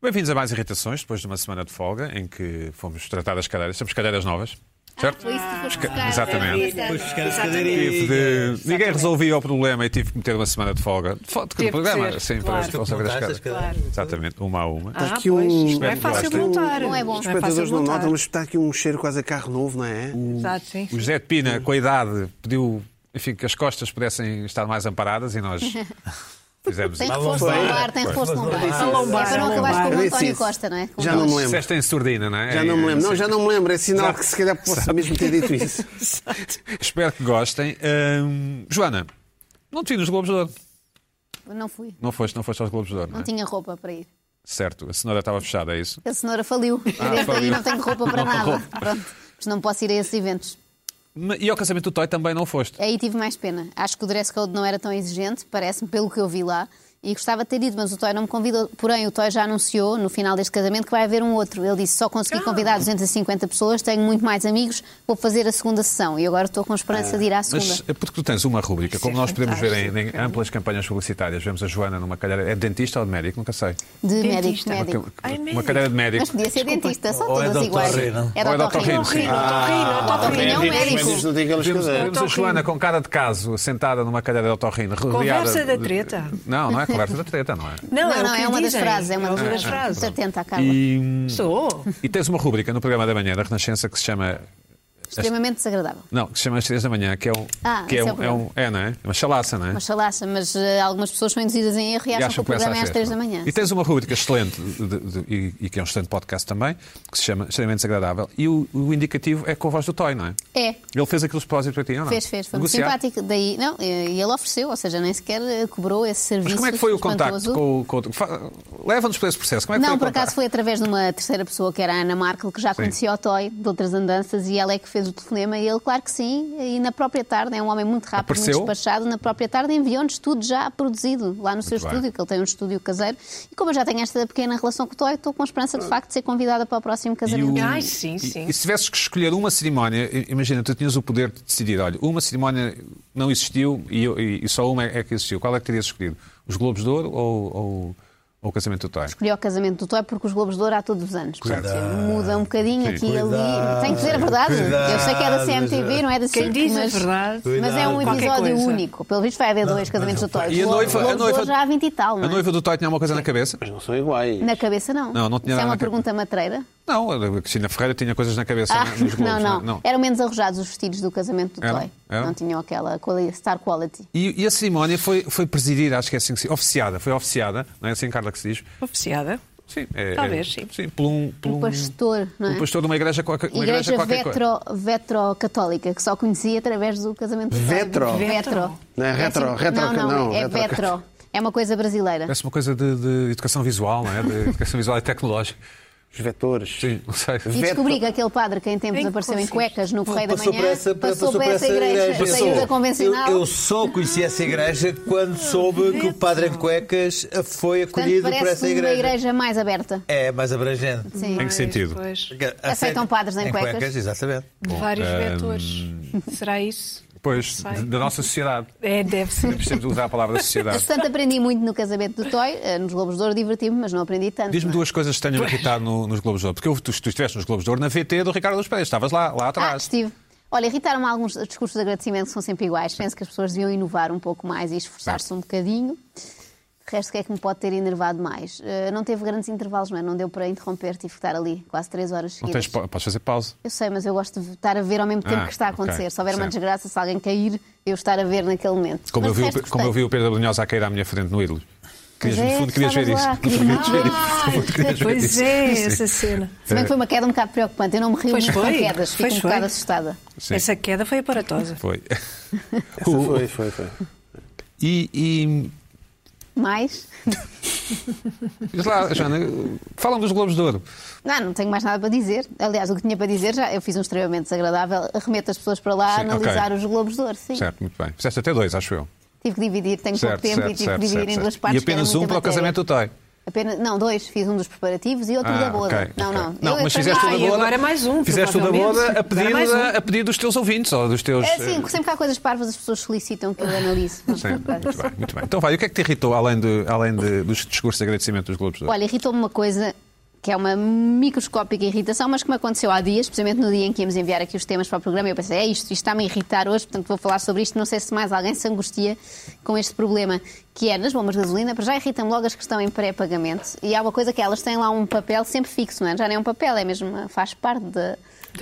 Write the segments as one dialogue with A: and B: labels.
A: Bem-vindos a mais irritações, depois de uma semana de folga em que fomos tratar as cadeiras. Temos cadeiras novas, certo?
B: Ah,
C: Foi isso que foste buscar.
A: Exatamente.
C: Exato.
D: Depois buscar as
B: Exatamente.
A: Tive
D: cadeirinhas.
A: de- Ninguém resolvia o problema e tive que meter uma semana de folga. De fo- de
B: Teve
A: programa,
B: que ser,
A: sim,
B: claro.
A: para resolver as
D: Montaste
A: cadeiras.
D: as cadeiras.
A: Exatamente, uma a uma.
B: Ah,
E: que
B: pois,
E: um-
B: isto não é fácil de montar.
C: Não é bom.
E: Os
B: Não é fácil
E: espectadores
B: de
E: não
B: montar.
E: notam, mas está aqui um cheiro quase a carro novo, não é?
B: Exato, sim.
A: O José de Pina, com a idade, pediu enfim, que as costas pudessem estar mais amparadas e nós fizemos
C: Tem
A: isso.
C: reforço
D: Foi.
C: lombar, tem reforço lombar.
D: Foi.
C: É para não
B: Lombar,
C: acabares
B: lombar.
C: como o
E: Eu
C: António
E: disse
C: Costa, não é? Com
E: Já não me lembro.
A: Disseste em surdina, não é?
E: Já não me lembro. Não, já não me lembro. É sinal
A: Exato.
E: que se calhar possa mesmo ter dito isso.
A: Espero que gostem. Hum, Joana, não te vi nos Globos de Ouro.
C: Não fui.
A: Não foste, não foste aos Globos de Ouro, não é?
C: Não tinha roupa para ir.
A: Certo, a cenoura estava fechada, é isso?
C: A cenoura faliu. Desde aí
A: faliu.
C: não tenho roupa para
A: Não há
C: nada.
A: roupa.
C: Pronto. Mas não posso ir a esses eventos.
A: Ma- E ao casamento do Toy também não foste.
C: Aí tive mais pena. Acho que o dress code não era tão exigente, parece-me, pelo que eu vi lá. E gostava de ter ido, mas o Toy não me convidou. Porém, o Toy já anunciou no final deste casamento que vai haver um outro. Ele disse: só consegui convidar 250 pessoas, tenho muito mais amigos, vou fazer a segunda sessão. E agora estou com esperança de ir à segunda. é
A: Mas é porque tu tens uma rúbrica, como nós podemos ver em, em amplas campanhas publicitárias, vemos a Joana numa cadeira. É de dentista ou de médico? Nunca sei.
C: De médico,
B: Dentista.
C: médico.
A: Uma,
B: Ai,
A: uma
B: médico.
A: cadeira de
C: Mas
A: médico.
C: podia ser dentista, são
D: Ou é
C: todas
D: Dr.
C: iguais.
D: Rino.
C: É
A: Ou é
C: Dr.
A: Dr. Rino,
C: Rino.
A: sim.
B: Ah,
C: Dr. Rino é um
E: Mas
C: médico.
E: não tem aquelas
A: Vemos,
E: coisas.
A: vemos a Joana com cara de caso, sentada numa cadeira de autorrino. rodeada
B: da
A: de-
B: treta.
A: Não, não é conversa da treta, não é?
C: Não,
B: o
C: não,
B: que
C: é uma das
B: dizem.
C: frases. É uma das frases. Hum.
B: frases.
C: Muito atenta à Carla.
A: E,
B: Sou.
A: e tens uma rúbrica no programa da manhã da Renascença que se chama.
C: Extremamente desagradável.
A: Não, que se chama As Três da Manhã, que é um.
C: Ah,
A: que é,
C: esse é o
A: um, é, um- é, não é? Uma chalaça, não é?
C: Uma chalaça, mas eh, algumas pessoas são induzidas em erro e
A: E
C: acham que
A: acham
C: o programa é às
A: começa
C: 3 da manhã.
A: E tens uma rubrica excelente, de- de- e, e que é um excelente podcast também, que se chama Extremamente Desagradável. E o, o indicativo é com a voz do Toy, não é?
C: É,
A: Ele fez aqueles propósitos para ti, ou não?
C: fez, fez. Foi muito
A: Negociar?
C: simpático. Daí, não, eh, e ele ofereceu, ou seja, nem sequer eh, cobrou esse serviço.
A: Mas como é que foi o contacto
C: espantoso.
A: com o. Com o- fa- Leva-nos para esse processo. Como é que foi
C: Não,
A: o
C: por
A: contacto?
C: acaso foi através de uma terceira pessoa, que era a Ana Markel, que já conhecia o Toy de outras andanças, e ela é que fez o telefonema, e ele, claro que sim, e na própria tarde, é um homem muito rápido,
A: Apareceu?
C: muito despachado, na própria tarde enviou-nos tudo já produzido lá no seu
A: bem.
C: estúdio, que ele tem um estúdio caseiro, e como eu já tenho esta pequena relação com o Toy, estou com a esperança de facto de ser convidada para o próximo
A: E
C: casamento.
A: o-
B: Ai, sim,
A: e-
B: sim.
A: E, se tivesses que escolher uma cerimónia, i- imagina, tu tinhas o poder de decidir, olha, uma cerimónia não existiu e, eu- e- e só uma é é que existiu. Qual é que terias escolhido? Os Globos de Ouro ou, ou- ou o Casamento do Toy?
C: escolhi o casamento do Toy porque os Globos de Ouro há todos os anos. Portanto, muda um bocadinho aqui e ali.
D: Cuidado.
C: Tem que dizer a verdade.
D: Cuidado.
C: Eu sei que é da CMTV, não é da
B: Quem
C: SIC,
B: diz a
C: mas,
B: verdade.
C: mas é um
B: Qualquer
C: episódio
B: coisa.
C: único. Pelo visto vai haver dois casamentos do Toy.
A: E a
C: Glo-
A: noiva- a
C: Globos de Ouro
A: noiva-
C: já há 20 e tal,
A: A
C: não é?
A: noiva do Toy tinha alguma coisa na cabeça?
E: Mas não são iguais.
C: Na cabeça não.
A: Não, não tinha
C: Isso é
A: nada
C: uma
A: na cabeça.
C: pergunta matreira.
A: Não, a Cristina Ferreira tinha coisas na cabeça
C: Ah,
A: né, nos Globos.
C: não, não.
A: né? não.
C: Eram menos arrojados os vestidos do casamento do
A: Eram?
C: Toy.
A: Eram?
C: Não tinham aquela quali- star quality.
A: E, e a cerimónia foi, foi presidida, acho que é assim que se oficiada, foi oficiada, não é assim, Carla, que se diz?
B: Oficiada.
A: Sim, é-
B: Talvez,
A: é-
B: sim.
A: Sim, por um, por
C: Um
A: um-
C: pastor, não é?
A: um pastor de uma igreja, qualquer- uma igreja,
C: Igreja
A: qualquer coisa.
C: vetro, vetro-católica, que só conhecia através do casamento do Toy.
E: Vetro?
C: Vetro.
E: Não é retro,
C: assim-
E: retro,
C: não, não,
E: não,
C: é
E: retro.
C: vetro. É uma coisa brasileira.
A: Parece uma coisa de, de educação visual, não é? De educação visual e tecnológica.
E: Os vetores.
A: Sim, não sei.
C: E
E: vetro.
C: descobri que aquele padre que em tempos
B: Em
C: apareceu em
B: Conselhos.
C: cuecas no Correio da
D: Passou
C: Manhã
D: por essa-
C: passou por essa
D: essa
C: igreja, saiu da
D: Passou.
C: convencional.
D: Eu, eu só conheci essa igreja quando soube que o padre em cuecas foi
C: Portanto,
D: acolhido por
C: parece
D: essa
C: uma
D: igreja.
C: igreja mais aberta.
D: É mais abrangente.
C: Sim.
A: Em que sentido?
B: Pois,
C: Aceitam padres em cuecas?
D: Exatamente.
B: vários
C: hum,
B: vetores. Será isso?
A: Pois,
B: Não sei.
A: da nossa sociedade.
B: É, deve ser.
A: Precisamos de usar a palavra
C: Eu,
A: sociedade.
C: Portanto, aprendi muito no casamento do Toy, eh, nos Globos de Ouro, diverti-me, mas não aprendi tanto.
A: Diz-me
C: não é?
A: duas coisas que tenham irritado no- nos Globos de Ouro. Porque eu, tu, tu estiveste nos Globos de Ouro na VT do Ricardo dos Pérez. Estavas lá, lá
C: Ah,
A: atrás.
C: estive. Olha, irritaram-me alguns discursos de agradecimento que são sempre iguais. Penso que as pessoas deviam inovar um pouco mais e esforçar-se um bocadinho. De resto, o que é que me pode ter enervado mais? Eh, não teve grandes intervalos, não é? Não deu para interromper, tive que estar ali quase três horas
A: não
C: seguidas.
A: tens, pa- podes fazer pausa.
C: Eu sei, mas eu gosto de estar a ver ao mesmo tempo
A: Ah,
C: que está a acontecer.
A: ok,
C: Se houver uma
A: certo.
C: desgraça, se alguém cair, eu estar a ver naquele momento.
A: Como, eu
C: Mas
A: vi,
C: de
A: o
C: resto
A: Pe- como eu
C: gostei.
A: vi o Pedro Brunhosa a cair à minha frente no ídolo.
C: Pois
A: Querias, no
C: é,
A: fundo, querias ver
C: estavas
A: isso.
C: lá, querias ver isso.
B: Pois é, essa cena.
C: Se bem que foi uma queda um bocado preocupante. Eu não me rio
B: Pois
C: muito com
B: foi,
C: quedas, fico
B: pois
C: um bocado
B: foi.
C: assustada.
A: Sim.
B: Essa queda foi aparatosa.
A: Foi.
E: Essa foi, foi, foi.
A: E, e
C: Mas.
A: diz lá, Joana, falam dos Globos de Ouro.
C: Ah, Não, não tenho mais nada para dizer. Aliás, o que tinha para dizer já eu fiz um extremamente desagradável. Arremeto as pessoas para lá
A: Sim,
C: analisar
A: ok.
C: os globos de ouro, sim.
A: Certo, muito bem. Fizeste até dois, acho eu.
C: Tive que dividir, tenho pouco
A: Certo,
C: tempo
A: certo,
C: e tive
A: certo,
C: que dividir
A: certo,
C: em duas
A: certo.
C: partes.
A: E
C: que era
A: apenas
C: muita
A: um para o
C: matéria.
A: casamento do Toy.
C: Apenas, não, dois. Fiz um dos preparativos e outro
A: Ah,
C: da boda.
A: ok,
C: Não,
A: ok.
C: não.
A: Não,
C: Eu-
A: mas
C: eu-
A: fizeste
C: Ah,
A: o da
B: e
A: boda.
B: agora mais um,
A: Fizeste o da boda
B: provavelmente.
A: a pedido,
B: Agora mais um.
A: a pedido dos teus ouvintes ou dos teus. eh,
C: É assim, sempre que há coisas parvas as pessoas solicitam que eu analise.
A: Sim, muito bem, muito bem. Então vai, o que é que te irritou além, de, além de- dos discursos de agradecimento dos Globos de Ouro?
C: Olha, irritou-me uma coisa que é uma microscópica irritação, mas que me aconteceu há dias, precisamente no dia em que íamos enviar aqui os temas para o programa, eu pensei, é isto, isto está-me a irritar hoje, portanto vou falar sobre isto, não sei se mais alguém se angustia com este problema, que é nas bombas de gasolina, para já irritam logo as que estão em pré-pagamento, e há uma coisa que elas têm lá um papel sempre fixo, não é? Já nem é um papel, é mesmo, faz parte da, da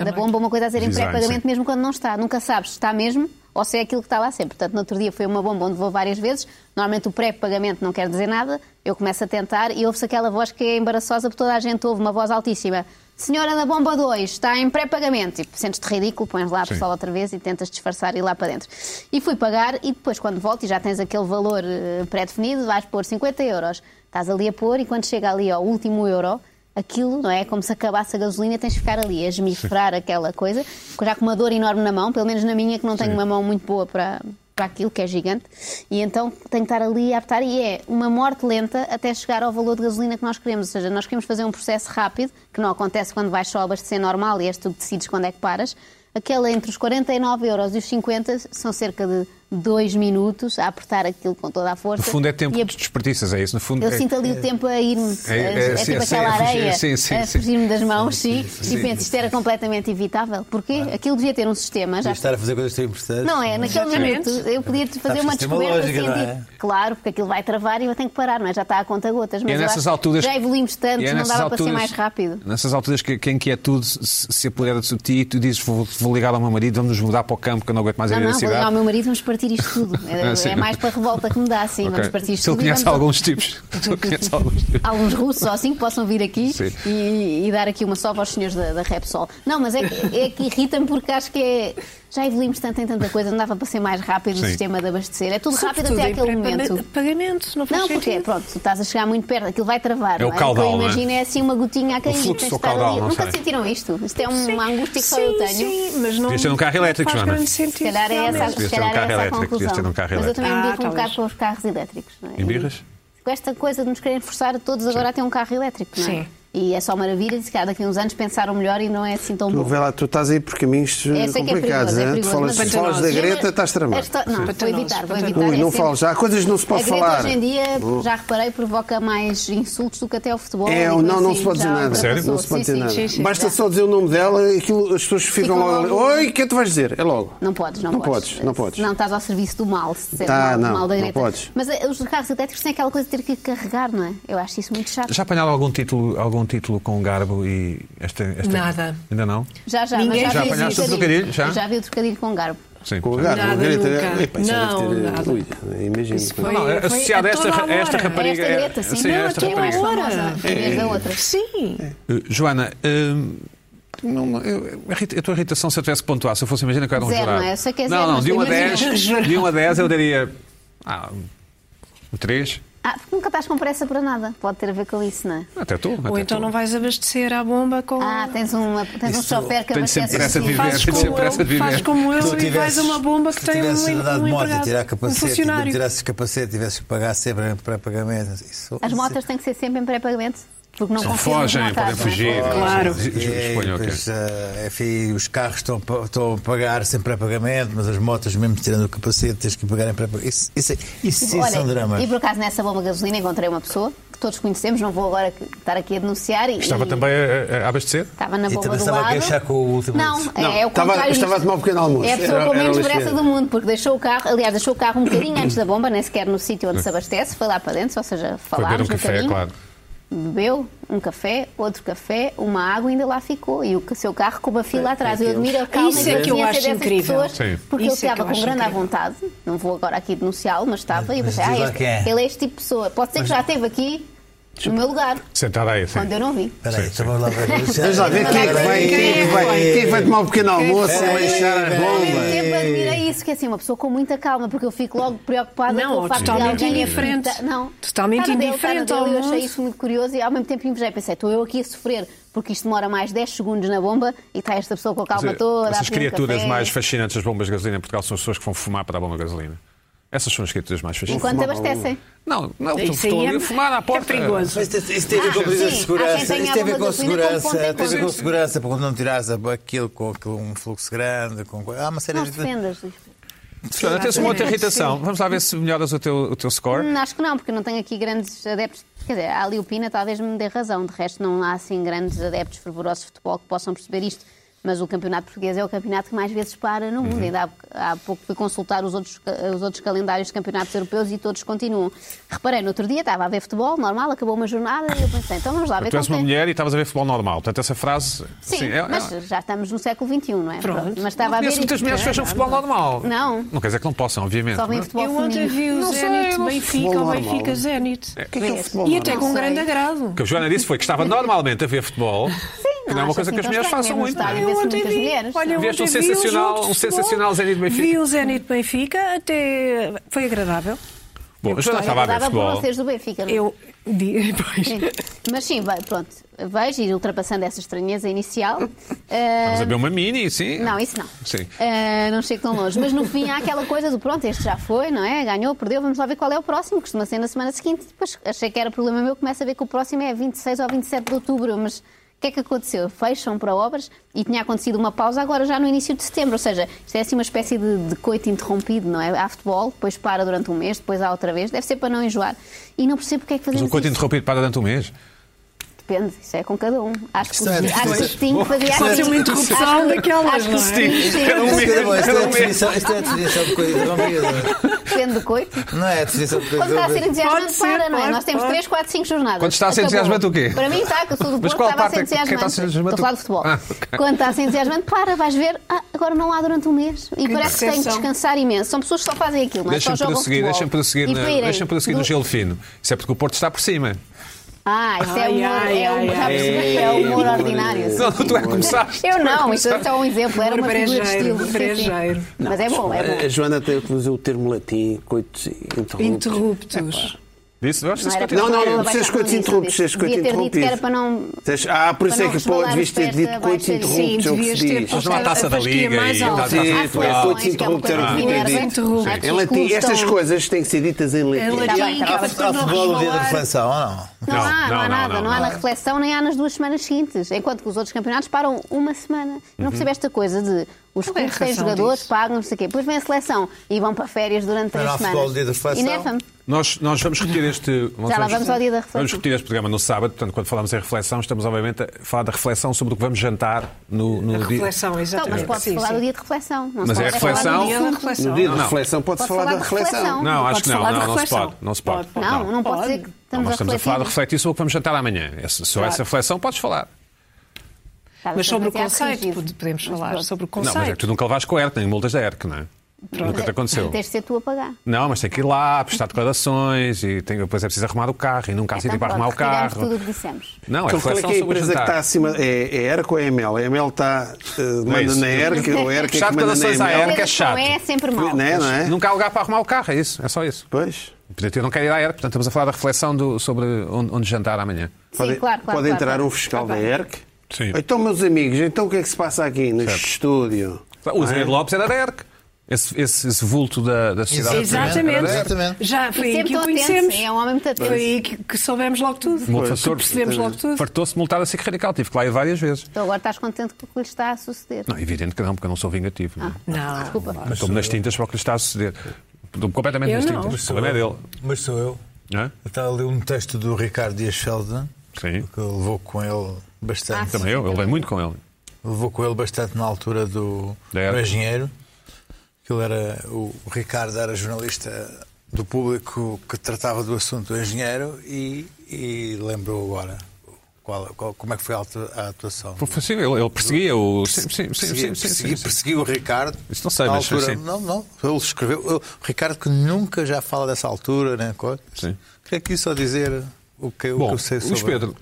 B: máquina.
C: bomba, uma coisa a dizer em
A: Design,
C: pré-pagamento,
A: sim.
C: mesmo quando não está. Nunca sabes se está mesmo ou se é aquilo que está lá sempre. Portanto, no outro dia foi uma bomba onde vou várias vezes. Normalmente o pré-pagamento não quer dizer nada. Eu começo a tentar e ouve-se aquela voz que é embaraçosa porque toda a gente ouve, uma voz altíssima. Senhora da bomba 2, está em pré-pagamento. Tipo, sentes-te ridículo, pões lá a
A: Sim.
C: pessoa outra vez e tentas disfarçar e ir lá para dentro. E fui pagar e depois, quando volto e já tens aquele valor eh, pré-definido, vais pôr 50 euros. Estás ali a pôr e quando chega ali ao último euro, aquilo, não é? É Como se acabasse a gasolina, tens de ficar ali a esmifrar aquela coisa, já com uma dor enorme na mão, pelo menos na minha, que não tenho uma mão muito boa para, para aquilo, que é gigante. E então tenho que estar ali a apertar, e é uma morte lenta até chegar ao valor de gasolina que nós queremos. Ou seja, nós queremos fazer um processo rápido, que não acontece quando vais só abastecer normal e és tu que decides quando é que paras. Aquela entre os 49 euros e os 50 são cerca de dois minutos a apertar aquilo com toda a
A: No
C: força.
A: fundo é tempo
C: E a-
A: que tu desperdiças, é isso? No fundo,
C: eu
A: é-
C: sinto ali o tempo a ir-me,
A: É,
C: é,
A: é,
C: é
A: sim,
C: tipo
A: sim,
C: aquela
A: a fugir,
C: areia
A: sim, sim,
C: a
A: sim.
C: fugir-me das mãos, sim,
A: sim.
C: e penso isto era completamente evitável. Porque aquilo devia ter um sistema, já
D: Devia estar a fazer coisas tão importantes.
C: não é? Naquele momento
B: Exatamente.
C: eu podia te fazer
D: Sabes que
C: uma
D: isso tem uma
C: descoberta
D: lógica,
C: assim,
D: não é?
C: tipo, Claro, porque aquilo vai travar e eu tenho que parar, não é? Já está a conta gotas. Mas
A: é
C: eu
A: nessas
C: acho que
A: alturas-
C: Já evoluímos tanto,
A: e é
C: não
A: nessas
C: dava para ser
A: alturas-
C: mais rápido.
A: Nessas alturas que, que a inquietude se, se apodera de ti e tu dizes vou, vou ligar ao meu marido, vamos nos mudar para o campo que eu não aguento mais
C: Não,
A: ir
C: não,
A: à
C: vou ligar ao
A: cidade.
C: meu marido, vamos partir isto tudo.
A: Ah,
C: É,
A: sim.
C: é mais para a revolta que me dá, sim,
A: Ok.
C: vamos partir isto
A: Se ele
C: tudo. e
A: conhece
C: vamos-
A: alguns tipos. Se ele conhece alguns tipos.
C: alguns russos ou assim que possam vir aqui
A: Sim.
C: e, e dar aqui uma sova aos senhores da, da Repsol. Não, mas é, que- é que irrita-me porque acho que é. Já evoluímos tanto em tanta coisa, não dava para ser mais rápido
A: Sim.
C: o sistema de abastecer. É tudo rápido
B: Sobretudo
C: até
B: em
C: aquele
B: pré-paga-
C: momento.
B: Pagamento, não faz
C: Não, porque
B: sentido.
C: pronto, tu estás a chegar muito perto, aquilo vai travar.
A: É o
C: não
A: caudal,
C: O que
A: não
C: eu
A: é?
C: imagino é assim uma gotinha a cair.
A: O fluxo
C: tens
A: do
C: de estar
A: caudal,
C: ali.
A: não
C: Nunca
A: sei.
C: sentiram isto? Isto é
B: Sim,
C: uma angústia que só eu
B: sim,
C: tenho.
B: Sim, mas não.
A: Devias ter um carro elétrico,
B: não faz
A: Joana.
B: grande
C: Se
B: sentido,
C: calhar é essa,
B: realmente.
A: Devias
C: se
A: ter um
C: calhar
A: carro
C: é essa a
A: elétrico, devias
C: conclusão.
A: ter um carro
C: Mas eu também me
B: elétrico.
C: birro um
B: Ah,
C: bocado com os carros elétricos. Não é?
A: Embirras?
C: Com esta coisa de nos querem forçar a todos agora a ter um carro elétrico. Não é?
B: Sim.
C: E é só maravilha, e se calhar daqui a uns anos pensaram melhor e não é assim tão
E: Tu,
C: bom.
E: vê lá, tu estás aí por caminhos
C: Eu sei que é
E: complicados,
C: perigoso, é
E: hein?
C: perigoso,
E: tu falas,
C: mas
A: assim,
E: se falas da
B: pantanoso.
E: Greta, estás
C: A
E: tramado.
C: histó- Não, vou
B: Pantanoso,
C: evitar, vou
B: pantanoso.
C: evitar.
E: Ui,
C: é
E: não
C: sempre-
E: falo já, há coisas que não se
C: A
E: pode
C: Greta
E: falar.
C: hoje em dia, já reparei, provoca mais insultos do que até o futebol.
E: É,
C: e
E: não,
C: coisas
E: não
C: assim,
E: se pode dizer
C: já
E: nada.
A: Sério?
C: ultrapassou.
E: Não se pode
C: Sim,
E: dizer nada.
C: sim.
B: sim, sim.
E: Basta só dizer o nome dela, aquilo, as pessoas ficam
C: Ficam
E: logo.
C: logo-
E: Oi, o que é que tu vais dizer? É logo.
C: Não podes, não,
E: Não
C: podes.
E: podes, não podes.
C: Não estás ao serviço do mal, se disseres
E: Tá,
C: mal,
E: não,
C: mal da
E: não
C: Greta.
E: podes.
C: Mas eh, os carros elétricos têm aquela coisa de ter que carregar, não é? Eu acho isso muito chato.
A: Já apanharam algum título, algum título com garbo e esta, esta-
B: Nada.
A: Ainda não?
C: Já, já,
B: Ninguém
C: mas
B: Já
C: já, vi o
A: apanhaste o
C: trocadilho.
A: trocadilho? Já?
C: Eu vi o trocadilho com garbo.
A: Sim.
E: Com o gato,
B: Nada,
E: com a Greta.
B: nunca.
E: Epá, isso deve
B: Não,
E: ter-
B: nada.
E: Ui, imagina.
B: Isso foi-
A: Não, não, é
B: Foi
A: associado a
B: a
A: esta,
B: toda a
A: a esta
B: hora.
C: É
A: rapariga.
C: esta Greta, sim.
A: Sim, é
B: Não,
A: esta
B: aqui é
A: rapariga.
B: mais
C: famosa, em vez da é outra.
B: Sim.
A: Uh, Joana, hum, não- eu- a irrita- a tua irritação, se eu tivesse que pontuar, se eu fosse, imagina que eu era um
C: Zero,
A: jurado.
C: não é? Eu sei que é
A: não,
C: zero,
A: não,
C: mas
A: de 1 a
C: imagina.
A: 10, de 1 a 10 eu daria. Ah, 3?
C: Ah, porque nunca estás com pressa para nada. Pode ter a ver com isso, não é?
A: Até tu.
B: Ou
A: até
B: então
A: tu.
B: não vais abastecer à bomba com.
C: Ah, tens, uma, tens um chofer que
A: tenho sempre
C: abastece
A: pressa de
C: assim.
A: viver.
B: Fazes como,
A: Tem sempre
B: eu,
A: essa de
B: fazes
A: viver.
B: como eu
D: Se
B: e vais a uma bomba que
D: se
B: tem um,
D: tivesse dado
B: um,
D: moto e tirar
B: empregado, um
D: capacete, e
B: funcionário.
D: tirasse capacete, tivesse que pagar sempre para pagamento. Isso,
C: As motas têm que ser sempre em pré-pagamento. Porque não
A: Não
C: confiam nas
A: fogem,
C: motas,
A: podem
C: não é?
A: fugir.
B: Claro.
A: Ju- ju- Exponho, ok.
D: Pois, ah, enfim, os carros estão, pa- estão a pagar sempre a pagamento, mas as motas, mesmo tirando o capacete, tens que pagar em pré-pagamento. Isso, isso, é- isso, sim
C: Olha,
D: são dramas.
C: E por acaso nessa bomba de gasolina encontrei uma pessoa que todos conhecemos, não vou agora que- estar aqui a denunciar. E,
A: Estava
C: e
A: também a, a- a abastecer?
C: Estava na
D: E
C: bomba
D: também
C: do
D: estava a
C: lado.
D: queixar com o último
C: Não,
D: anúncio.
C: é, é o
E: Não, estava-
C: contrário. disto.
E: estava a tomar um pequeno almoço.
C: É a pessoa
E: Era-
C: com
E: era
C: menos
E: lixeira.
C: pressa do mundo, porque deixou o carro, aliás, deixou o carro um bocadinho antes da bomba, nem sequer no sítio onde se abastece, foi lá para dentro, ou seja,
A: Foi beber
C: falámos
A: um
C: no
A: café,
C: caminho,
A: claro.
C: bebeu um café, outro café, uma água e ainda lá ficou. E o que- seu carro com uma fila atrás. Eu admiro a calma
B: Isso
C: e
B: é
C: a
B: que eu
C: paciência
B: acho
C: dessas
B: incrível.
C: pessoas,
A: Sim.
C: porque
B: Isso
C: ele
B: é que eu
C: estava
B: acho
C: com grande à
B: incrível.
C: vontade. Não vou agora aqui denunciá-lo, mas estava. e eu
D: Mas
C: pensei, ah,
D: diz lá
C: este-
D: quem é."
C: ele é este tipo de pessoa. Pode ser que já esteve aqui no meu lugar,
A: Sentada aí, sim.
C: quando eu não vi.
D: Espera aí, então vamos lá ver.
E: Vamos lá ver quem é que vai, quem é que vai, quem é que vai tomar um pequeno almoço
D: foi?
E: e deixar a
D: Quem
C: Ao
E: bomba.
C: mesmo tempo admirei isso, que é assim, uma pessoa com muita calma, porque eu fico logo preocupada
B: Não,
C: com o facto de
B: totalmente
C: alguém
B: indiferente.
C: irrita- Não,
B: Totalmente
C: Está na dele,
B: indiferente
C: está na dele,
B: ao
C: Eu achei
B: mundo.
C: isso muito curioso e ao mesmo tempo invejei. Pensei, estou eu aqui a sofrer, porque isto demora mais 10 segundos na bomba e está esta pessoa com a calma
A: Mas,
C: toda. a
A: Essas
C: pedir um
A: criaturas
C: café.
A: mais fascinantes das bombas de gasolina em Portugal são as pessoas que vão fumar para dar bomba de gasolina. Essas são as criaturas mais fascinantes.
C: Enquanto abastecem.
A: Não, não,
B: Isso
A: estou
B: aí
A: ali
B: é,
A: a fumar à porta.
B: é perigoso.
D: Mas isso isso tem a ver com
C: sim.
D: a polícia de
C: Há quem
D: segurança.
C: tenha
D: Isso tem a ver
C: alguma
D: com
C: gasolina
D: a
C: com
D: segurança.
C: ponta em
D: Tem a ver com
C: ponta.
D: a segurança, porque não tiras a- aquilo com com um fluxo grande. com- Há uma série
C: Não
D: de.
C: os defendas, Luís.
A: Portanto, tens uma outra irritação. Vamos lá ver se melhoras o teu, o teu score.
C: Hum, Acho que não, porque não tenho aqui grandes adeptos. Quer dizer, a Liupina talvez me dê razão, de resto não há assim grandes adeptos fervorosos de futebol que possam perceber isto. Mas o campeonato português é o campeonato que mais vezes para no
A: Uhum.
C: mundo. Ainda há, bo- há pouco fui consultar os outros, ca- os outros calendários de campeonatos europeus e todos continuam. Reparei, no outro dia estava a ver futebol, normal, acabou uma jornada e eu pensei, então vamos lá ver
A: Tu és
C: como
A: uma
C: tem-
A: mulher e estavas a ver futebol normal. Portanto, essa frase.
C: Sim,
A: assim, é- é-
C: mas já estamos no século XXI, não é?
B: Pronto.
C: Mas estava a ver.
A: Conheço
C: e-
A: muitas mulheres que acham
C: Não,
A: futebol normal.
C: Não.
A: Não quer dizer que não é? possam, obviamente.
C: Só vem
A: mas-
C: futebol
B: Eu ontem
C: feminino.
B: vi o
A: Não sei,
B: Zenit
A: não sei.
B: Benfica,
E: Futebol
B: o
E: normal.
B: Benfica Zenit.
E: O que é que é o futebol?
B: E até com
C: sei.
B: grande agrado.
A: O que a Joana disse foi que estava normalmente a ver futebol, que não é
C: acho
A: uma coisa
C: assim
A: que as
C: tão
A: mulheres
C: estranho,
A: façam
C: mesmo
A: muito.
C: estar a
A: não é?
C: ver- vezes muitas mulheres.
B: olha,
A: Veste um
B: ontem vi o
A: sensacional-
B: jogo de
A: um
B: futebol,
A: sensacional Zenit Benfica.
B: Vi o Zenit Benfica, até foi agradável.
A: Bom, a Joana estava a ver
C: Dava por
A: futebol.
C: vocês do Benfica, não é?
B: Eu vi, pois.
C: Sim. Mas sim, vai- pronto, vejo ir ultrapassando essa estranheza inicial.
A: Vamos a
C: Ah,
A: ver uma mini, sim.
C: não, isso não.
A: Sim.
C: Ah, não chego tão longe. Mas no fim há aquela coisa do pronto, este já foi, não é? Ganhou, perdeu, vamos lá ver qual é o próximo. Costuma ser na semana seguinte. Depois achei que era problema meu, começo a ver que o próximo é 26 ou 27 de outubro. Mas o que é que aconteceu? Fecham para obras e tinha acontecido uma pausa agora já no início de setembro. Ou seja, isto é assim uma espécie de, de coito interrompido, não é? Há futebol, depois para durante um mês, depois há outra vez. Deve ser para não enjoar. E não percebo porque é que
A: Mas um
C: fazemos
A: coito
C: isto.
A: interrompido para durante um mês.
C: Depende, isso é com cada um. Acho que,
D: Isto é-
C: o- acho que o Sting fazia assim.
B: Pode ser é uma interrupção
C: Acho que-
B: daquelas,
C: acho que
B: não é?
C: Sting-
A: Cada um
D: Isto é-
A: mês,
D: isto é
A: cada
D: a
A: um mês.
D: definição- isto é a definição de coisa interrompida.
C: Depende do coito.
D: Não é a definição de coisa
C: Quando está a ser
D: interrompida.
C: entusiasmante,
B: Pode ser,
C: para, não é?
B: pode,
C: Nós temos
B: pode.
C: 3, 4, 5 jornadas.
A: Quando está a ser
C: Acabou.
A: entusiasmante, o quê?
C: Para mim está, que eu sou do
A: Mas
C: Porto,
A: qual
C: estava a ser
A: parte é que- quem está a ser
C: entusiasmante. Estou a falar de futebol.
A: entusiasmante? Ah, ok.
C: Quando está a ser entusiasmante, para, vais ver, ah, agora não há durante um mês. E parece que tem que
B: decepção.
C: descansar imenso. São pessoas que só fazem aquilo, não é? Só
A: Deixa-me
C: jogam
A: prosseguir,
C: futebol.
A: deixa-me prosseguir,
C: E
A: na-
C: para irem
A: deixa-me prosseguir
C: do-
A: no gelo fino. Isso é porque o Porto está por cima.
C: Ah, isso é
B: Ai,
C: humor,
B: ai,
C: é humor,
B: ai,
C: já
B: ai.
C: percebi, é humor
E: Ei,
C: ordinário.
E: humor.
A: Não, não, tu é que começaste.
C: Eu não, isto é só um exemplo, era uma figura de
B: Brejeiro,
C: estilo. sim, sim.
B: brejeiro.
C: Mas é bom, é bom.
E: A Joana teve que usar o termo latim, coitos
B: Interruptos.
A: Disse, eu acho que
C: Não,
A: isso
C: era
A: continua.
E: Não, não,
C: para
E: não
C: ela
E: precisas
C: baixar
E: coitos
C: com isso,
E: interruptos,
C: disse.
E: precisas coitos
C: Devia ter dito
E: interrompidos.
C: que era para não-
E: Tens- Ah, por isso
C: para
E: é
C: não
E: que
C: resvalar
E: pô, devias ter
C: os pés
E: dito
C: abaixo
E: coitos
C: da-
E: interruptos, é o que se diz.
A: Mas não há taça da
B: fasquia
A: liga
B: mais
A: e
B: alta.
A: tá- tá-
E: Sim,
C: Há seleções,
E: coitos
C: que é uma
E: interruptos,
C: coisa
E: era o que
A: Ah,
E: eu
C: diversa.
E: tinha
B: dito. Interruptos.
C: Há
E: Em latim,
C: clubes
E: estas
C: estão-
E: coisas têm que ser ditas em
B: Em latim,
E: latim.
C: bem,
B: que
C: tá
B: é
C: bem. Tá
B: para
D: Há
B: depois não
D: futebol no dia da
B: resvalar.
D: reflexão, ou não?
C: Não,
A: Não,
C: há, não,
A: não,
C: há
A: não,
C: nada. Não,
A: não,
C: há
A: não.
C: na reflexão nem há nas duas semanas seguintes. Enquanto que os outros campeonatos param uma semana. Eu
A: Uhum.
C: Não percebo esta coisa de os
B: Qual é a
C: clubes têm
B: razão
C: jogadores,
B: disso?
C: pagam, não sei o quê. Depois vem a seleção e vão para férias durante
D: Mas
C: três
D: não há
C: semanas.
D: futebol de reflexão?
C: E Então, nefa-me.
A: Nós, nós vamos repetir este.
C: Já lá vamos ao dia da reflexão.
A: Vamos repetir este programa no sábado, portanto, quando falamos em reflexão, estamos obviamente a falar da reflexão sobre o que vamos jantar no, no dia.
B: Reflexão,
C: Então,
B: exatamente.
C: mas pode-se
B: Sim,
C: falar
B: sim.
C: do dia de reflexão. Não
A: Mas
C: se pode
A: é
C: falar do
A: reflexão?
C: dia de
B: Não.
E: No dia
A: Não.
E: da reflexão, pode-se
C: Pode
E: falar
C: falar
E: da
C: de reflexão.
E: reflexão.
A: Não,
B: Pode
A: acho que não,
B: falar de
A: não, não se
B: reflexão.
A: pode. Não se pode.
B: Pode,
C: Não, não pode ser que
A: Não,
C: estamos
A: nós
C: a
A: estamos a falar de
C: refletir.
A: refletir sobre o que vamos jantar amanhã. Essa, só essa reflexão podes falar.
C: Estava a
B: Mas
C: ser
B: é sobre o
C: demasiado
B: conceito,
C: rígido.
B: pode- podemos falar sobre o
A: Não, mas é que tu
B: conceito.
A: nunca levaste com a ERC, nem multas da ERC, não é? Nunca te aconteceu.
C: Tens de ser tu a pagar.
A: Não, mas tem que ir lá, prestar declarações e tem- depois é preciso arrumar o carro e nunca há sítio
C: Então,
A: para arrumar o
C: pronto, retiramos tudo
A: carro.
C: o que dissemos.
A: Não, é
E: Então, qual é
A: reflexão
E: que é
A: sobre
E: a
A: o
E: empresa que está
A: jantar. É
E: acima? É, é ERC ou é ML? A ML está, eh, manda
A: isso.
E: na ERC, ou a ERC é
A: Chato
E: que manda na
A: quando a ERC
E: ML?
A: é
C: Coisas que não
A: chato.
C: é sempre mal.
E: Não é, não é?
A: Nunca há lugar para arrumar o carro, é isso, é só isso.
E: Pois.
A: Portanto, eu não quero ir à ERC, portanto, estamos a falar da reflexão do- sobre onde, onde jantar amanhã.
C: Sim, claro, claro.
E: pode
C: claro,
E: entrar
C: claro. Tá
E: um fiscal da ERC.
A: Sim.
E: Então, meus amigos, então o que é que se passa aqui neste
A: Certo.
E: estúdio?
A: O
E: Não
A: Zé
E: é?
A: Lopes era da ERC. Esse, esse- esse vulto da, da sociedade.
B: Exatamente.
A: Era da ERC.
D: Exatamente.
B: Já
C: E
B: foi aí
C: sempre
B: que o
C: tão atento.
B: conhecemos.
C: É um homem muito atento.
B: Foi aí que, que soubemos logo tudo.
A: Multa
B: Que
A: sobre-
B: percebemos logo tudo.
A: Fartou-se multar a SIC Radical, tive que lá ir várias vezes.
C: Então agora estás contente com o que lhe está a suceder.
A: Não, evidente que não, porque eu não sou vingativo. não é?
B: Não.
A: Mas Estou-me nas tintas para o que lhe está a suceder. Estou-me completamente
B: Eu
A: nas
B: não.
A: tintas. O problema é dele.
D: Mas sou eu.
A: Não é?
D: Está ali um texto do Ricardo Dias Feldman,
A: Sim.
D: que levou com ele bastante.
A: Também eu, ele vem muito com ele.
D: levou com ele bastante na altura do,
A: Da época.
D: do engenheiro. Que ele era, o o Ricardo era jornalista do público que tratava do assunto do engenheiro e, e lembrou agora qual- qual- como é que foi a altu- a atuação.
A: Foi- foi- Sim, ele, ele perseguia o. Sim, sim, sim, sim,
D: Persegui,
A: sim,
D: persegui,
A: sim, sim.
D: persegui o Ricardo.
A: Isso não sei,
D: na
A: mas
D: altura,
A: sim.
D: Não, não. Ele escreveu. ele- O Ricardo que nunca já fala dessa altura, né? coisa.
A: Sim.
D: Queria aqui só dizer o que, o que
A: Bom,
D: eu sei sobre.
A: Luís Pedro,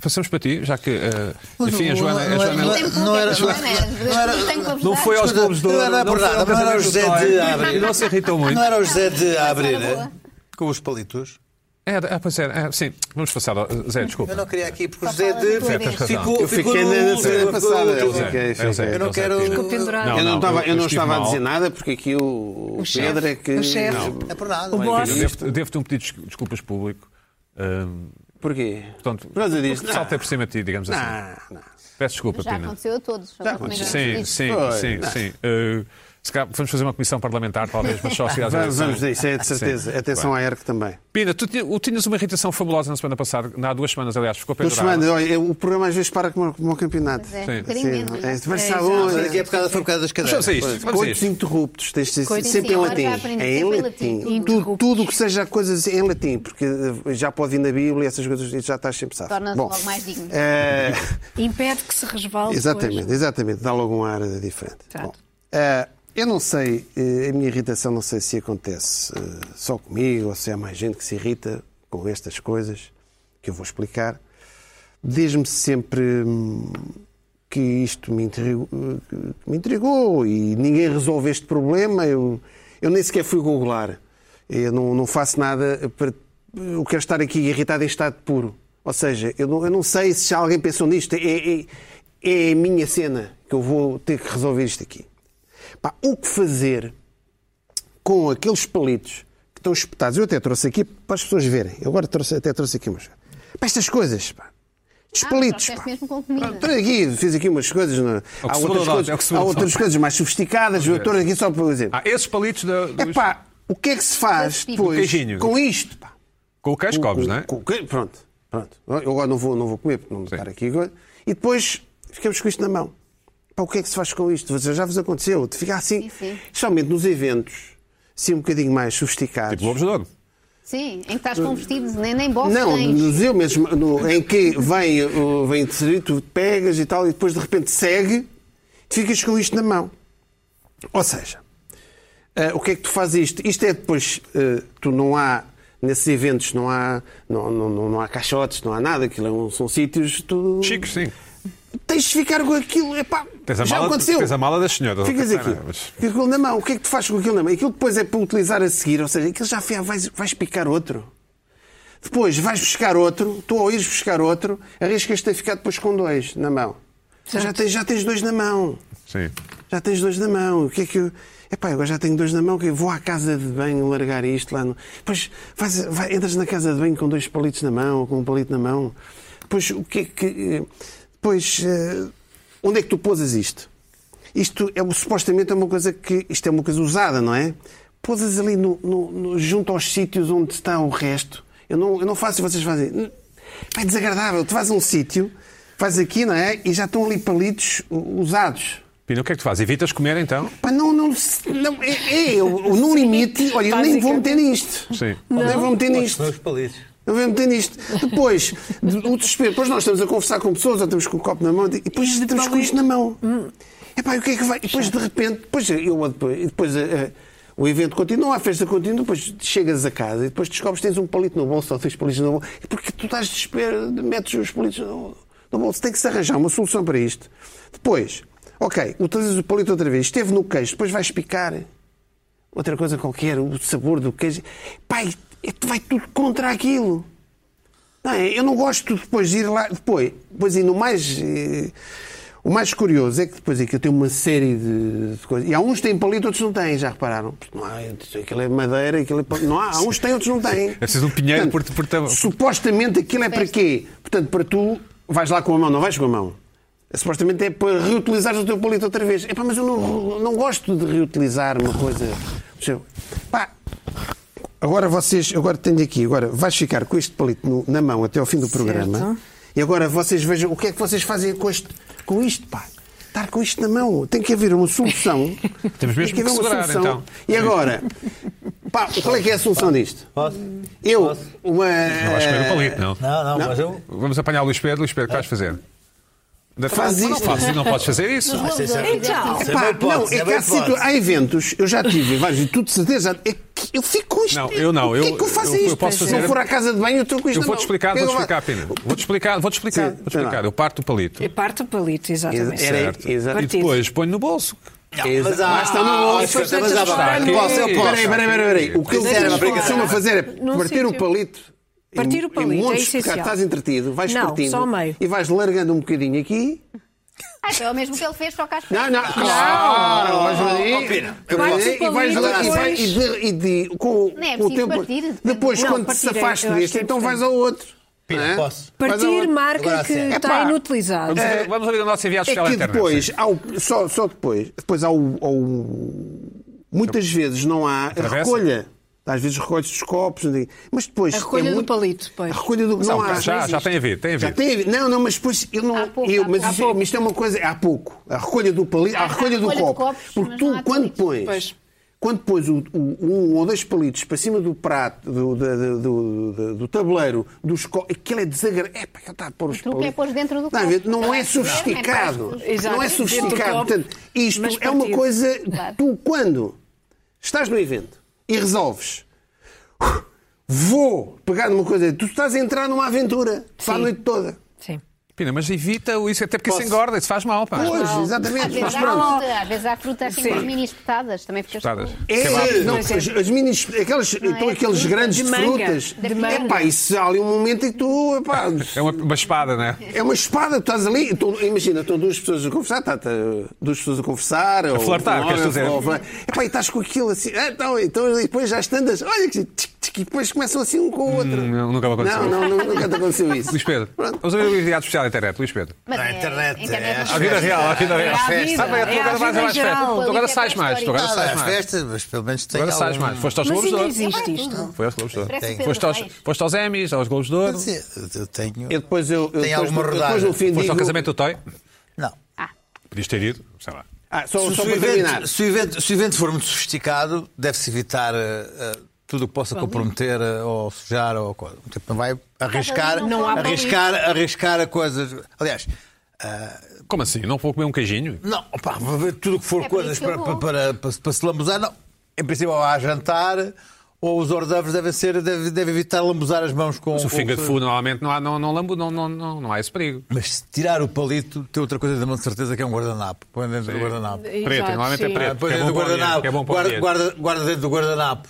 A: passamos para ti, já que. eh, enfim, a Joana. a
D: Não era-
A: Joana-
D: não
C: Tem pouco,
D: não era-
C: é problema, é-
D: não era-
C: eu tenho que vos
A: Não
C: dar.
A: foi aos
D: Desculpa,
A: Globos de Ouro.
D: não era por nada,
A: foi ao
D: não era
A: Casamento
D: o José
A: do Toy.
D: de Abrir.
A: E Não se irritou muito.
D: Não era o José de a abrir,
C: era boa.
D: é? com os palitos.
A: Era, ah, pois era, ah, sim, vamos passar. ao- Zé, desculpa.
D: Eu não queria aqui, porque o
C: Só
D: José
C: fala da
D: de
C: tua vida.
A: Certas
D: ficou,
A: razões.
E: Eu
D: ficou
E: fiquei
D: no
E: na- na
D: último,
E: semana
D: ficou no
E: passada, eu
D: último.
E: fiquei.
A: Zé, Zé,
D: Eu não
A: Zé,
D: quero-
A: Zé,
D: Ficou
B: pendurado.
E: Eu não, estava, eu não
A: estive
E: estava a
A: mal.
E: dizer nada porque aqui o, o
B: chefe,
E: Pedro é que.
B: o chefe.
D: É por nada.
B: O
D: não é?
B: boss.
A: Eu devo- eu Devo-te um pedido de desculpas público. Ahm,
E: Porquê?
A: portanto,
E: Mas eu disse,
A: porque salta
E: não.
A: por cima de ti, digamos assim.
E: Não, não.
A: Peço desculpa,
C: Já
A: Pina.
C: aconteceu a todos. agora também já
A: Sim,
C: disse.
A: sim,
E: Foi.
A: sim,
E: Não.
A: sim. Uh, se calhar vamos fazer uma comissão parlamentar, talvez, mas só se calhar-
E: Vamos, vamos nisso, é de certeza.
A: Sim.
E: Atenção à ERC também.
A: Pina, tu tinha- tinhas uma irritação fabulosa na semana passada, na há duas semanas, aliás, ficou
E: Duas
A: pendurada.
E: semanas, olha, o programa às vezes para como o meu campeonato.
C: Mas é,
A: Sim.
C: um bocadinho menos.
E: é, mas
B: É,
E: está
B: exato.
E: bom,
D: Mas
E: é.
D: aqui é por causa, foi por causa das cadeiras.
A: Vamos a isto, vamos a
E: Coitos
A: isto.
E: interruptos, tens de ser
B: Coitos
E: sempre em
C: interruptos.
E: latim.
C: Agora já aprendi
E: É em
C: sempre em
E: latim.
C: latim.
E: Tudo, tudo o que seja coisas em latim, porque eh, já pode vir na Bíblia, essas coisas, já estás sempre safo.
C: Torna-se
E: Bom,
C: logo mais digno.
E: eh,
B: Impede que se resvalde.
E: Exatamente,
B: depois.
E: exatamente. Dá logo um ar eh, diferente.
B: Exato.
E: Bom, eh, eu não sei, eh, a minha irritação não sei se acontece eh, só comigo ou se há mais gente que se irrita com estas coisas que eu vou explicar. Diz-me sempre hum, que isto me intrigou, eh, me intrigou e ninguém resolve este problema. Eu, eu nem sequer fui googlar. Eu não, não faço nada para. Eu quero estar aqui irritado em estado puro. Ou seja, eu não, eu não sei se já alguém pensou nisto. É, é, é a minha cena que eu vou ter que resolver isto aqui. Pá, o que fazer com aqueles palitos que estão espetados? Eu até trouxe aqui para as pessoas verem. Eu agora trouxe, até trouxe aqui umas. Para estas coisas, pá. Estes
C: Ah,
E: palitos,
C: trouxeste
E: pá.
C: mesmo com comida.
E: Pronto, Tenho aqui, fiz aqui umas coisas. não-
A: É que
E: Há
A: se
E: outras,
A: mudou,
E: coisas,
A: é o que se
E: há
A: mudou.
E: outras coisas mais sofisticadas. Eu estou aqui só para dizer.
A: Ah, esses palitos da, do-
E: É pá, o que é que se faz
C: Esse tipo.
E: depois
A: Queijinho.
E: com isto? Pá?
A: com o queijo cobres, não é?
E: Com- com- pronto, pronto. Eu agora não vou, não vou comer, porque não vou
A: Sim.
E: estar aqui agora. E depois ficamos com isto na mão. Pá, o que é que se faz com isto? Vocês- Já vos aconteceu de ficar assim,
C: Sim, sim.
E: especialmente nos eventos, assim um bocadinho mais sofisticados.
A: Tipo Globos de Ouro.
C: Sim, em que estás com vestidos, nem, nem boxe
E: Não,
C: tens.
E: nos eu mesmo, no- em que vem, o- vem de servir, tu pegas e tal, e depois de repente segue, tu ficas com isto na mão. Ou seja, ah, o que é que tu fazes isto? Isto é depois, ah, tu não há, nesses eventos não há, não, não, não, não há caixotes, não há nada, aquilo é um- são sítios, tu
A: Chicos, sim.
E: tens de ficar com aquilo, epá,
A: Tens a,
E: já
A: mala,
E: aconteceu.
A: tens a mala das senhoras.
E: Ficas
A: Não,
E: aqui.
A: não, mas-
E: Ficas com aquilo na mão. O que é que tu fazes com aquilo na mão? Aquilo depois é para utilizar a seguir, ou seja, aquilo já foi, ah, vais, vais picar outro. Depois vais buscar outro, tu ao ires buscar outro, arriscas-te a ficar depois com dois na mão. Já tens, já tens dois na mão.
A: Sim.
E: Já tens dois na mão. O que é que eu. Epá, agora já tenho dois na mão, que eu vou à casa de banho largar isto lá. No... Depois vais, vai- entras na casa de banho com dois palitos na mão ou com um palito na mão. Depois o que é que. eh, Depois. eh, Onde é que tu pôsas isto? Isto é uma- supostamente é uma coisa que. Isto é uma coisa usada, não é? Pôsas ali no, no- no- junto aos sítios onde está o resto. Eu não, eu não faço e vocês fazem. Pá, É desagradável. Tu vais a um sítio, vais aqui, não é? E já estão ali palitos uh, usados.
A: Pina, o que é que tu fazes? Evitas comer, então?
E: Pá, não, não, não, é, é, eu, no limite, olha, eu nem vou meter nisto.
A: Sim.
E: Nem vou meter nisto.
D: São os palitos.
E: Eu vou meter nisto. Depois, de- o desespero, depois nós estamos a conversar com pessoas, ou estamos com o copo na mão, e depois estamos com isto na mão. Epá, e o que é que vai? E depois, de repente, depois, eu, depois, e depois eh, eh, o evento continua, a festa continua, depois chegas a casa e depois descobres que tens um palito no bolso ou dois palitos no bolso. E Porque tu estás de desespero, metes os palitos no, no bolso. Tem que se arranjar uma solução para isto. Depois, ok, utilizas o palito outra vez, esteve no queijo, depois vais picar outra coisa qualquer, o sabor do queijo. Pai, é- vai tudo contra aquilo. Não, é? eu não gosto depois de ir lá. Depois, depois ainda o mais. eh, O mais curioso é que depois é que eu tenho uma série de, de coisas. E há uns que têm palito, outros não têm, já repararam? Porque Não há, aquilo é madeira, aquilo é palito. Não há, há uns que têm, outros não têm. É
A: preciso um pinheiro por- por- por-
E: Supostamente aquilo é para quê? Portanto, para tu, vais lá com a mão, não vais com a mão. Supostamente é para reutilizar o teu palito outra vez. Epá, mas eu não, não gosto de reutilizar uma coisa. Pá, agora vocês, agora tenho aqui, agora vais ficar com este palito no- na mão até ao fim do programa. E agora vocês vejam o que é que vocês fazem com, este, com isto, pá. Estar com isto na mão. Tem que haver uma solução.
A: Temos mesmo
E: Tem
A: que
E: haver uma
A: segurar,
E: solução.
A: então.
E: E agora, pá, qual é que é a solução disto?
D: Posso?
E: Eu, uma.
A: Não vais
E: Eh,
A: comer o palito, não. é?
D: Não, não, mas eu.
A: Vamos apanhar o Luís Pedro. Luís Pedro, o que vais fazer?
E: Faz
A: Não,
E: isto.
A: fazes- não podes fazer isso.
C: Os globos de ouro
B: Então.
C: fizeste isso.
D: Isso é
E: Pá,
D: bem
E: não,
D: hipótese,
E: é
D: é
E: que
D: bem
E: há, situ...
D: hipótese.
E: há eventos, eu já tive em vários, e tudo de certeza, é que eu fico com isto.
A: Não, eu não,
E: O que
A: eu-
E: é que eu
A: eu-
E: faço
A: eu
E: isto?
A: posso
E: Se
A: fazer-
E: eu for à casa de banho, eu estou com isto
A: Eu
E: na
A: vou-te
E: mão.
A: explicar,
E: O que é
A: vou-te
E: que eu
A: explicar, Pina. Vou-te explicar, vou-te explicar,
E: Sim,
A: vou-te
E: sei lá.
A: explicar. Eu parto o palito.
B: E parte o palito, exatamente.
E: Era-
A: Certo.
E: exato.
A: E depois ponho no bolso.
E: Exa-
D: Mas há-
E: Lá Ah, está, não, não,
D: há-
E: isso foi
D: mas há-
E: tantas
D: há-
E: histórias.
A: aqui.
D: Posso, eu
E: Peraí,
D: posso.
E: peraí, peraí, peraí. O que eu
D: Isso era uma
E: quero
D: brincadeira.
E: a fazer é
B: Num
E: partir o
B: sítio.
E: palito
B: Partir o palito,
E: em
B: é
E: montes de
B: essencial.
E: bocados, estás entretido, vais
B: Não,
E: partindo
B: só ao meio.
E: e vais largando um bocadinho aqui.
C: Ah, então é o mesmo que ele fez, só que às
E: Não, não, claro, vais
B: Partes
E: ali,
B: o
E: e vais
B: palito
E: lá, e vai-
B: depois.
E: e de- e de- com, o-
C: Não é
E: com o
C: preciso
E: tempo.
C: partir, depende.
E: Depois,
B: Não,
E: quando
B: partir é-
E: te safaste
B: eu acho
E: deste,
B: que é
E: então
B: importante.
E: vais ao outro.
D: Pina,
E: não é?
D: posso?
E: Vais ao
B: Partir
E: outro.
B: marca
D: Agora a
B: que
D: sério.
B: está
E: Epá.
B: inutilizado.
A: Vamos, ouvir- vamos ouvir o nosso enviado
E: É
A: especial à
E: que
A: internet.
E: depois, há o- só, só depois, depois há o, há o- Muitas vezes não há a
A: Travessa?
E: recolha. Às vezes recolhes dos copos, não sei- mas depois.
B: A recolha
E: é
B: do
E: muito-
B: palito,
E: A
B: pois.
E: recolha do.
A: Não,
E: Não, há.
A: já, já tem a ver, tem a
E: Já
A: ver.
E: tem a ver. Não, não, mas depois eu não.
C: Há pouco,
E: eu,
C: há
E: mas
C: pouco.
E: isto, isto é uma coisa. Há pouco. A recolha do palito.
C: Há
E: A recolha do
C: recolha de
E: copo.
C: copos,
E: Porque
C: mas
E: tu,
C: não há
E: quando
C: palitos.
E: pões.
B: Pois.
E: Quando pões o, o- um ou dois palitos para cima do prato, do, da- da- do- da- do tabuleiro, dos copos, aquilo é desagradável. É, pá, ele está a pôr os
C: truque é
E: palitos.
C: pôr dentro do
E: Está a
C: copo.
E: ver? Não
C: É,
E: é
C: é
E: sofisticado.
C: para- Exato.
E: Não é
B: Dentro do
E: sofisticado.
B: copo,
E: Portanto, isto
B: mas
E: é uma
B: partido.
E: coisa.
C: Claro.
E: Tu, quando estás no evento e resolves vou pegar numa coisa. Tu estás a entrar numa aventura para a
B: Sim.
E: noite toda.
B: Sim.
A: Pina, mas evita o isso, até porque
E: Posso?
A: isso engorda, isso faz mal, pá.
E: Pois,
C: Às
E: exatamente. Mas
C: vezes, há
E: pronto.
C: fruta, às vezes há fruta assim,
B: Sim.
C: com as mini espetadas, também ficas
A: Espetadas.
C: com-
E: É,
A: Kebab.
E: não,
B: Mas é-
E: as, as minis, aquelas, então, aqueles
C: fruta.
E: grandes
B: De
E: de
B: manga.
E: frutas.
B: De manga.
E: É pá, isso há ali um momento em que tu, epá,
A: É uma, uma espada, não é?
E: é uma espada, tu estás ali, então, imagina, estão duas pessoas a conversar, tá, tá, duas pessoas a conversar, a
A: flertar,
E: ou,
A: queres dizer?
E: ou, ou, epá, e estás com aquilo assim, ah, então, então e depois já estandas, olha que tchic, tchic, e depois começam assim um com o outro.
A: Hum, Não, nunca me aconteceu.
E: Não, não, não, nunca te aconteceu isso.
A: Luís Pedro, vamos ouvir o enviado especial à internet, Luís Pedro.
C: Mas
D: Na
C: é-
D: internet,
C: a internet
D: é,
C: não
D: às
A: À
C: se
A: vida
C: mexe.
A: real, à vida real.
B: à
D: festa.
A: Ah, bem, tu
B: É à
A: agora vais
B: vida
A: a mais festa.
B: geral.
A: Tu agora sais mais, tu agora
D: Ah,
A: sais
D: às
A: mais.
D: festas, mas pelo menos tem
A: Agora sais
D: algum-
A: mais. Foste aos
B: Mas
A: Globos de
B: ainda
A: Ouro.
B: existe isto.
A: Foi aos Globos de Ouro.
C: Parece o Pedro
A: Foste aos,
C: Reis.
A: foste aos Emmys, aos Globos de Ouro.
D: Eu tenho.
E: Eu depois eu, eu
D: Tem
E: depois,
D: alguma
E: eu
D: rodada?
E: depois no fim
A: Foste
E: digo,
A: ao casamento do Toy.
D: Não.
A: Podias ter ido, sei lá.
E: Ah, só,
D: Se,
E: só
D: o
E: para terminar.
D: evento, se, o evento, se o evento for muito sofisticado, deve-se evitar eh, eh, tudo o que possa comprometer eh, ou sujar ou coisa. Tipo, não vai arriscar,
C: ali não há
D: arriscar, arriscar a coisas. Aliás,
A: Como assim? Não vou comer um queijinho?
D: não, opá, vou ver tudo o que for
C: É por
D: coisas
C: isso que eu
D: para, para,
C: vou.
D: para, para- para se lambuzar, não. Em princípio, ou há jantar, ou os hors d'oeuvres devem ser, deve, deve evitar lambuzar as mãos com
A: Se o
D: com-
A: finger de fu normalmente não há, não, não, lambu- não, não, não, não há esse perigo.
D: Mas se tirar o palito, tem outra coisa da mão de certeza que é um guardanapo. Põe dentro do guardanapo.
A: Preto, normalmente é
B: sim.
A: preto.
D: Ah, Põe
A: que é
D: dentro do
A: bom para o
D: guardanapo.
A: ambiente, que é bom para o
D: guarda,
A: ambiente.
D: guarda, guarda dentro do guardanapo.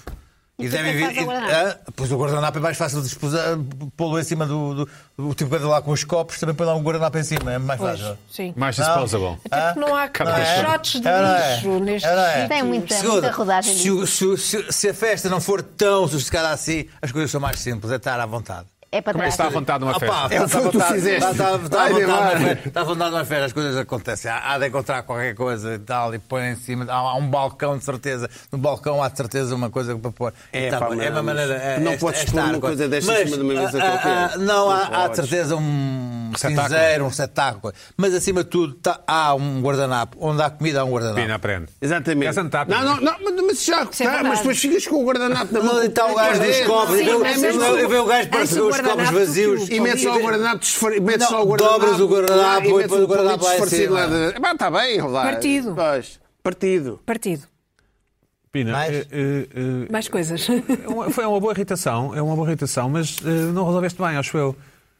C: E
D: E
C: tu
D: devem
C: não fazes
D: vir.
C: o guardanapo?
D: Ah, pois o guardanapo é mais fácil de expusar, pô-lo em cima do, do, do tipo de lá com os copos, também põe lá um guardanapo em cima, é mais
B: Pois,
D: fácil.
B: sim.
A: Mais disposable.
B: Até porque não há
A: Cada vez
B: caixotes de
D: Era, é.
B: lixo neste
D: Era, é.
C: Tem muita, muita rodagem.
D: se, o- se, o- se, se a festa não for tão sofisticada assim, as coisas são mais simples, é estar à vontade.
C: É para
A: Como é que
C: trás.
A: está à vontade numa
D: Ah, pá,
A: festa?
E: É, foi o que tu
D: tá-
E: fizeste.
D: tá- tá- tá à
E: Vai,
D: vontade
E: vai.
D: numa festa, Está à vontade numa festa, as coisas acontecem. Há, há de encontrar qualquer coisa e tal, e põe em cima. Há, há um balcão, de certeza. No balcão há de certeza uma coisa para pôr.
E: É,
D: E tá
E: pá,
D: bom,
E: não,
D: é uma
E: mas
D: maneira. é-
E: não
D: é-
E: podes
D: é
E: pôr uma
D: estar,
E: coisa desta em
D: mas,
E: cima de uma mesa
D: ah, ah,
E: qualquer.
D: ah, Não, há,
E: Não
D: há de
E: podes.
D: certeza um
A: Receptáculo.
D: cinzeiro, um receptáculo. Mas acima de tudo tá- há um guardanapo. Onde há comida, há um
A: Pina,
D: guardanapo.
A: aprende.
E: Exatamente.
A: Queres andar, Pina?
E: não, não, não, mas- mas já
B: é
E: tá,
B: verdade.
E: mas depois ficas com o guardanapo na mão.
D: Não, e está o gajo dos
E: É,
D: copos.
E: não,
D: E vê o-
E: é
B: mas
E: mesmo-
B: antes
D: e vê o gajo
B: do- antes
D: para
B: do
D: os copos
B: guardanapo,
D: vazios.
B: tu-
E: E metes só o guardanapo, desfar- metes só o
D: Não,
E: guardanapo.
D: dobras o guardanapo e
E: metes
D: pões o guardanapo
E: palito
D: lá em
E: disfarcido
D: cima.
E: lá de- Pá, está bem, lá.
B: Partido.
E: Pois, partido.
B: Partido.
A: Pina,
D: Mais?
A: eh, eh, eh,
B: Mais coisas.
A: É uma- Foi uma boa irritação, é uma boa irritação, mas eh, não resolveste bem, acho eu.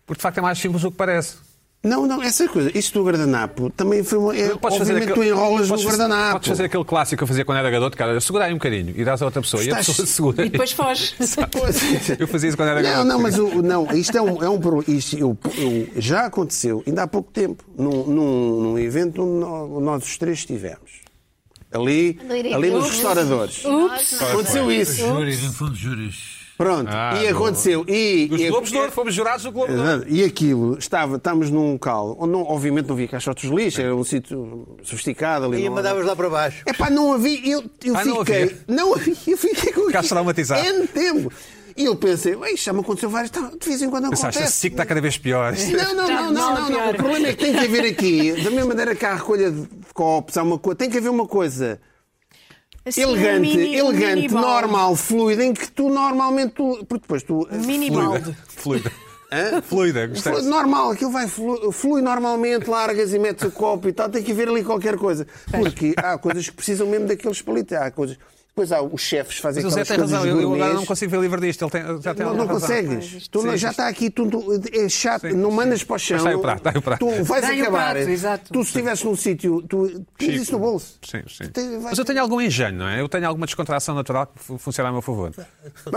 A: Porque de facto é mais simples do que parece.
E: Não, não, essa coisa. Isto do guardanapo também foi uma. É,
A: Podes fazer
E: obviamente
A: aquele-
E: tu enrolas no
A: podes fazer-
E: guardanapo.
A: Podes fazer aquele clássico que eu fazia quando era garoto, cara, segura aí um bocadinho e dás a outra pessoa e a
E: Estás-
A: pessoa segura.
B: E depois foge.
A: Eu fazia isso quando era
E: Não,
A: garoto.
E: não, mas o, não, isto é um, é um problema. Isto eu- eu- já aconteceu, ainda há pouco tempo, num, num, num evento onde nó- nós os três estivemos. Ali, ali nos restauradores. Aconteceu isso.
D: Júris, em fundo, júris.
E: Pronto.
A: Ah,
E: e
A: do-
E: aconteceu. E,
A: Os
E: e, é-
A: Globos de Ouro, fomos jurados do Globo de Ouro.
E: Exato. E aquilo, estava, estávamos num local onde, não- obviamente, não havia caixotes de lixo, era um sítio sofisticado ali.
D: E
E: não-
D: mandavas lá para baixo.
E: É pá, não havia. Eu, eu
A: Ah, não
E: fiquei.
A: havia.
E: Não havia. Eu fiquei com
A: Ficaste traumatizado.
E: N tempo. E eu pensei, "Ei, já me aconteceu várias. tá, De vez em quando
A: Pensaste, a
E: acontece. né? É.
A: SIC está cada vez pior.
E: Não, não, não, não, não, não. O problema é que tem que haver aqui, da mesma maneira que há a recolha de copos, há uma coisa, tem que haver uma coisa
B: Assim, um
E: elegante,
B: mini- um mini
E: elegante,
B: balde.
E: normal, fluida, em que tu normalmente tu, porque depois tu
B: Um Mini
A: Fluida.
B: balde.
A: Fluida. Fluida, gostei.
E: Flui normal, aquilo vai flu, flui normalmente, largas e metes o copo e tal, tem que haver ali qualquer coisa. Porque há coisas que precisam mesmo daqueles palitos. Há coisas. Depois há os chefes fazem
A: Mas o Zé
E: aquelas
A: tem
E: coisas
A: razão, eu, eu agora
E: gourmets.
A: não consigo ver livre disto. Ele tem, já tem
E: Não,
A: alguma
E: não
A: razão.
E: consegues. Tu não- já está aqui, tu, tu- é chato,
A: Sim,
E: não
A: sim.
E: mandas para o chão.
A: Mas sai o prato, sai o prato.
E: Tu vais
B: Sai o
E: acabar.
B: prato, exato.
E: tu se estivesse num sítio, tu tens isso no bolso.
A: Sim, sim.
E: Tu tens- vai-
A: Mas eu tenho algum engenho, não é? Eu tenho alguma descontração natural que fu- funciona a meu favor.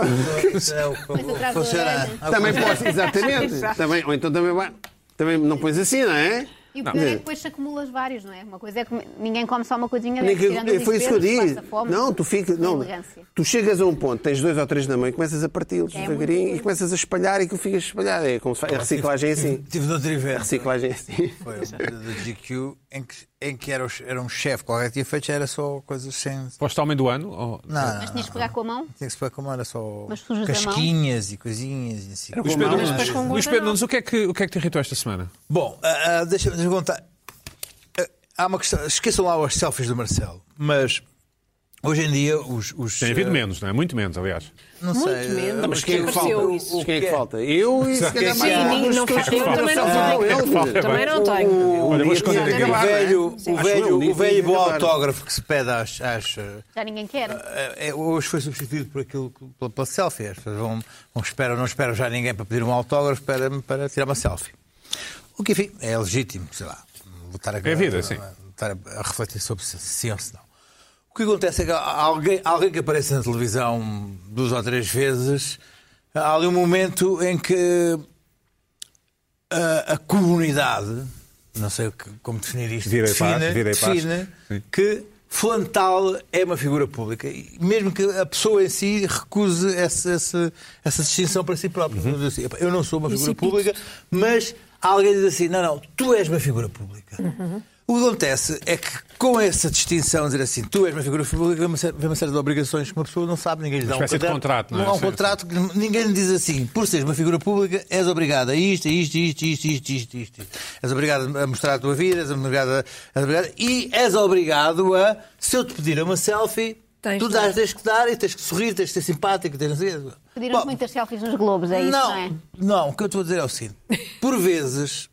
C: atrás da
D: É o que
C: orelha.
D: funciona.
E: Também podes, exatamente. também, ou então também vai. Também não pões assim, não é?
C: E o pior é que depois se acumulas vários, não é? Uma coisa é que ninguém come só uma coisinha
E: Nem
C: dessas,
E: que-
C: É, tirando os
E: foi isso que eu
C: ingredientes,
E: disse.
C: passa fome.
E: Não, tu ficas. Não,
C: Elegância.
E: tu chegas a um ponto, tens dois ou três na mão e começas a parti-los
C: É muito
E: devagarinho e começas a espalhar e que ficas espalhado. É como se faz, a reciclagem é assim.
D: Tive de outro
E: A
D: evento.
E: reciclagem é assim.
D: Foi um do GQ em que, em que era, o che- era um chefe qualquer que tinha feito, já era só coisas sem.
A: Foste homem do ano? Ou...
D: Não,
C: Mas tinhas que pegar com a mão?
D: tinha que se pôr como era só
C: Mas sujas a mão?
D: casquinhas e coisinhas e assim.
A: Luís Pedro,
E: Mas
B: depois com
A: Nunes, Luís
B: gota
A: Pedro
B: não.
A: Nunes, o que, é que, o que é que te irritou esta semana?
D: Bom, ah, ah, deixa-me perguntar. Ah, há uma questão. Esqueçam lá os selfies do Marcelo, mas hoje em dia os. os
A: Tem havido
D: ah,
A: menos, não é? Muito menos, aliás.
D: Não
B: Muito
D: sei.
B: menos.
D: ah,
B: Mas
E: Quem é que falta?
B: Apareceu
E: O-
B: isso.
E: o- Quem é que falta? Eu e se calhar
D: Sim,
E: mais
D: sim,
E: algumas
B: não
E: pessoas
B: fa-
E: é que
B: eu também
E: conversam
B: não
E: com
A: tenho.
E: ele.
A: Falta,
B: Também não tenho.
E: Um
A: Olha, vou
E: dia
A: esconder
E: tinha de
A: aqui.
D: o
E: acabar, não é?
D: velho, o
E: Acho eu,
D: velho,
E: um dia
D: o velho
E: tinha de
D: bom
E: acabar.
D: autógrafo que se pede às. às, ah,
C: Já ninguém quer.
D: É, é, hoje foi substituído por aquilo que- pela, pela selfie. As pessoas vão, vão esperam, não esperam já ninguém para pedir um autógrafo para, para tirar uma selfie. O que, enfim, é legítimo, sei lá. Voltar a,
A: É vida, sim.
D: voltar a, a refletir sobre se sim ou se não. O que acontece é que há alguém, alguém que aparece na televisão duas ou três vezes, há ali um momento em que a, a comunidade, não sei o que- como definir isto,
A: Virei
D: define,
A: paz, virei paz.
D: define
A: Sim.
D: que fulano tal é uma figura pública. E mesmo que a pessoa em si recuse essa, essa, essa distinção para si própria. Diz assim, "Epá, eu não sou uma figura pública, mas alguém diz assim, não, não, tu és uma figura pública. O que acontece é que com essa distinção, dizer assim, tu és uma figura pública, vem uma série, vem uma série de obrigações que uma pessoa não sabe, ninguém lhe dá
A: Uma espécie de contrato, não é?
D: há um
A: Sim,
D: contrato contrato que ninguém lhe diz assim, por seres uma figura pública, és obrigada a isto, a isto, a isto, a isto, a isto, a isto, a isto. És obrigado a mostrar a tua vida, és obrigado, a, és obrigado e és obrigado a, se eu te pedir uma selfie,
B: Tens
D: tu
B: de
D: dás,
B: dar.
D: tens que dar e tens que sorrir, tens que ser simpático, tens que...
C: Pediram-te
D: Bom,
C: muitas selfies nos Globos, é isso, não, é?
D: não, não, o que eu estou a dizer é o seguinte: por vezes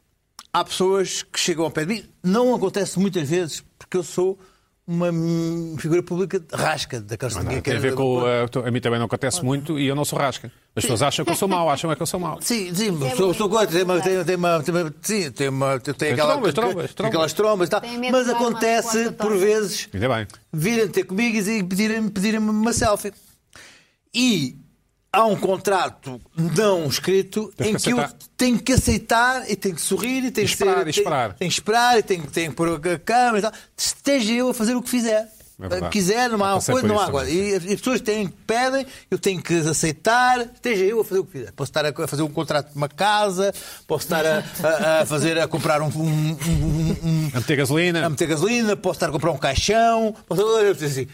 D: há pessoas que chegam ao pé de mim, não acontece muitas vezes, porque eu sou uma hum, figura pública de rasca, daquelas que ninguém
A: Tem a
D: quer
A: ver com. eh, A mim também não acontece muito e eu não sou rasca. As pessoas acham que eu sou mau, acham é que eu sou mau.
D: Sim, sim, mas sou, sou contra, tem uma, tem, tem uma, tem uma, sim, tem uma, tem, tem aquela,
A: trombas, trombas,
D: tem aquelas trombas e tal,
C: Tem medo
D: mas
C: de dar uma
D: acontece
C: resposta
D: por
C: torta.
D: vezes
A: Ainda bem.
D: virem ter comigo e pedirem-me pedirem uma selfie. E há um contrato não escrito
A: Tens
D: em
A: que
D: que eu
A: aceitar.
D: tenho que aceitar e tenho que sorrir e tenho que
A: esperar,
D: ser,
A: e esperar.
D: Tenho, tenho que esperar e tenho, tenho que pôr a câmera e tal. Esteja eu a fazer o que fizer.
A: É verdade.
D: quiser, não
A: Eu
D: há
A: passei
D: coisa,
A: por
D: não há
A: isso
D: coisa.
A: também,
D: E as as pessoas têm, pedem, eu tenho que aceitar, esteja eu a fazer o que quiser. Posso estar a fazer um contrato de uma casa, posso estar a, a- a fazer, a comprar um- um- um- um
A: A meter gasolina.
D: a meter gasolina, posso estar a comprar um caixão, posso estar eu preciso assim.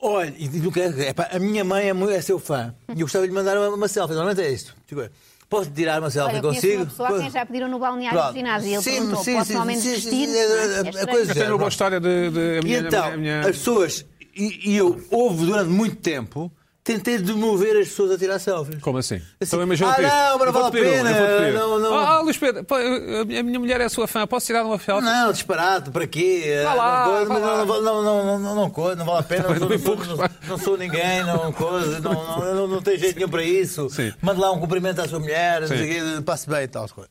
D: Olha, e digo que é, pá, a minha mãe é, mu- é seu fã e eu gostava de lhe mandar uma, uma selfie. Normalmente é isto. Tipo, posso tirar uma selfie
C: Olha, eu conheço
D: consigo?
C: uma pessoa a quem já pediram no balneário
D: Pronto.
C: do ginásio e ele
D: Sim,
C: perguntou,
D: sim,
C: posso um
D: sim,
C: ao menos
D: sim, sim,
C: vestir?
D: sim, é, é, é coisa-
A: Eu tenho uma boa história de. de- a
D: E
A: minha,
D: então,
A: a minha- a
D: as
A: minha-
D: pessoas, e, e eu houve durante muito tempo, tentei demover as pessoas a tirar selfies.
A: Como assim?
D: Assim,
A: então imagina
D: ah,
A: que-
D: não, mas não
A: eu vou-te
D: vale a
A: pedir uma, eu
D: pena,
A: vou-te pedir.
D: não, não.
A: Ah, ah, Luís Pedro, pô, eu- a minha a minha mulher é sua fã, posso tirar uma foto?
D: Não, disparado, para quê? É,
A: Vá lá,
D: não,
A: vá
D: não,
A: lá.
D: não, vale- não, não, não, não, não, coisa, não vale a pena, não, sou-
A: Também
D: não sou-
A: poucos,
D: não-
A: pá.
D: não sou ninguém, não, coisa, não, não, não, não tenho jeito nenhum para isso.
A: Sim.
D: Manda lá um cumprimento à sua mulher, não
A: Sim.
D: sei o quê, passe bem e tal. coisa.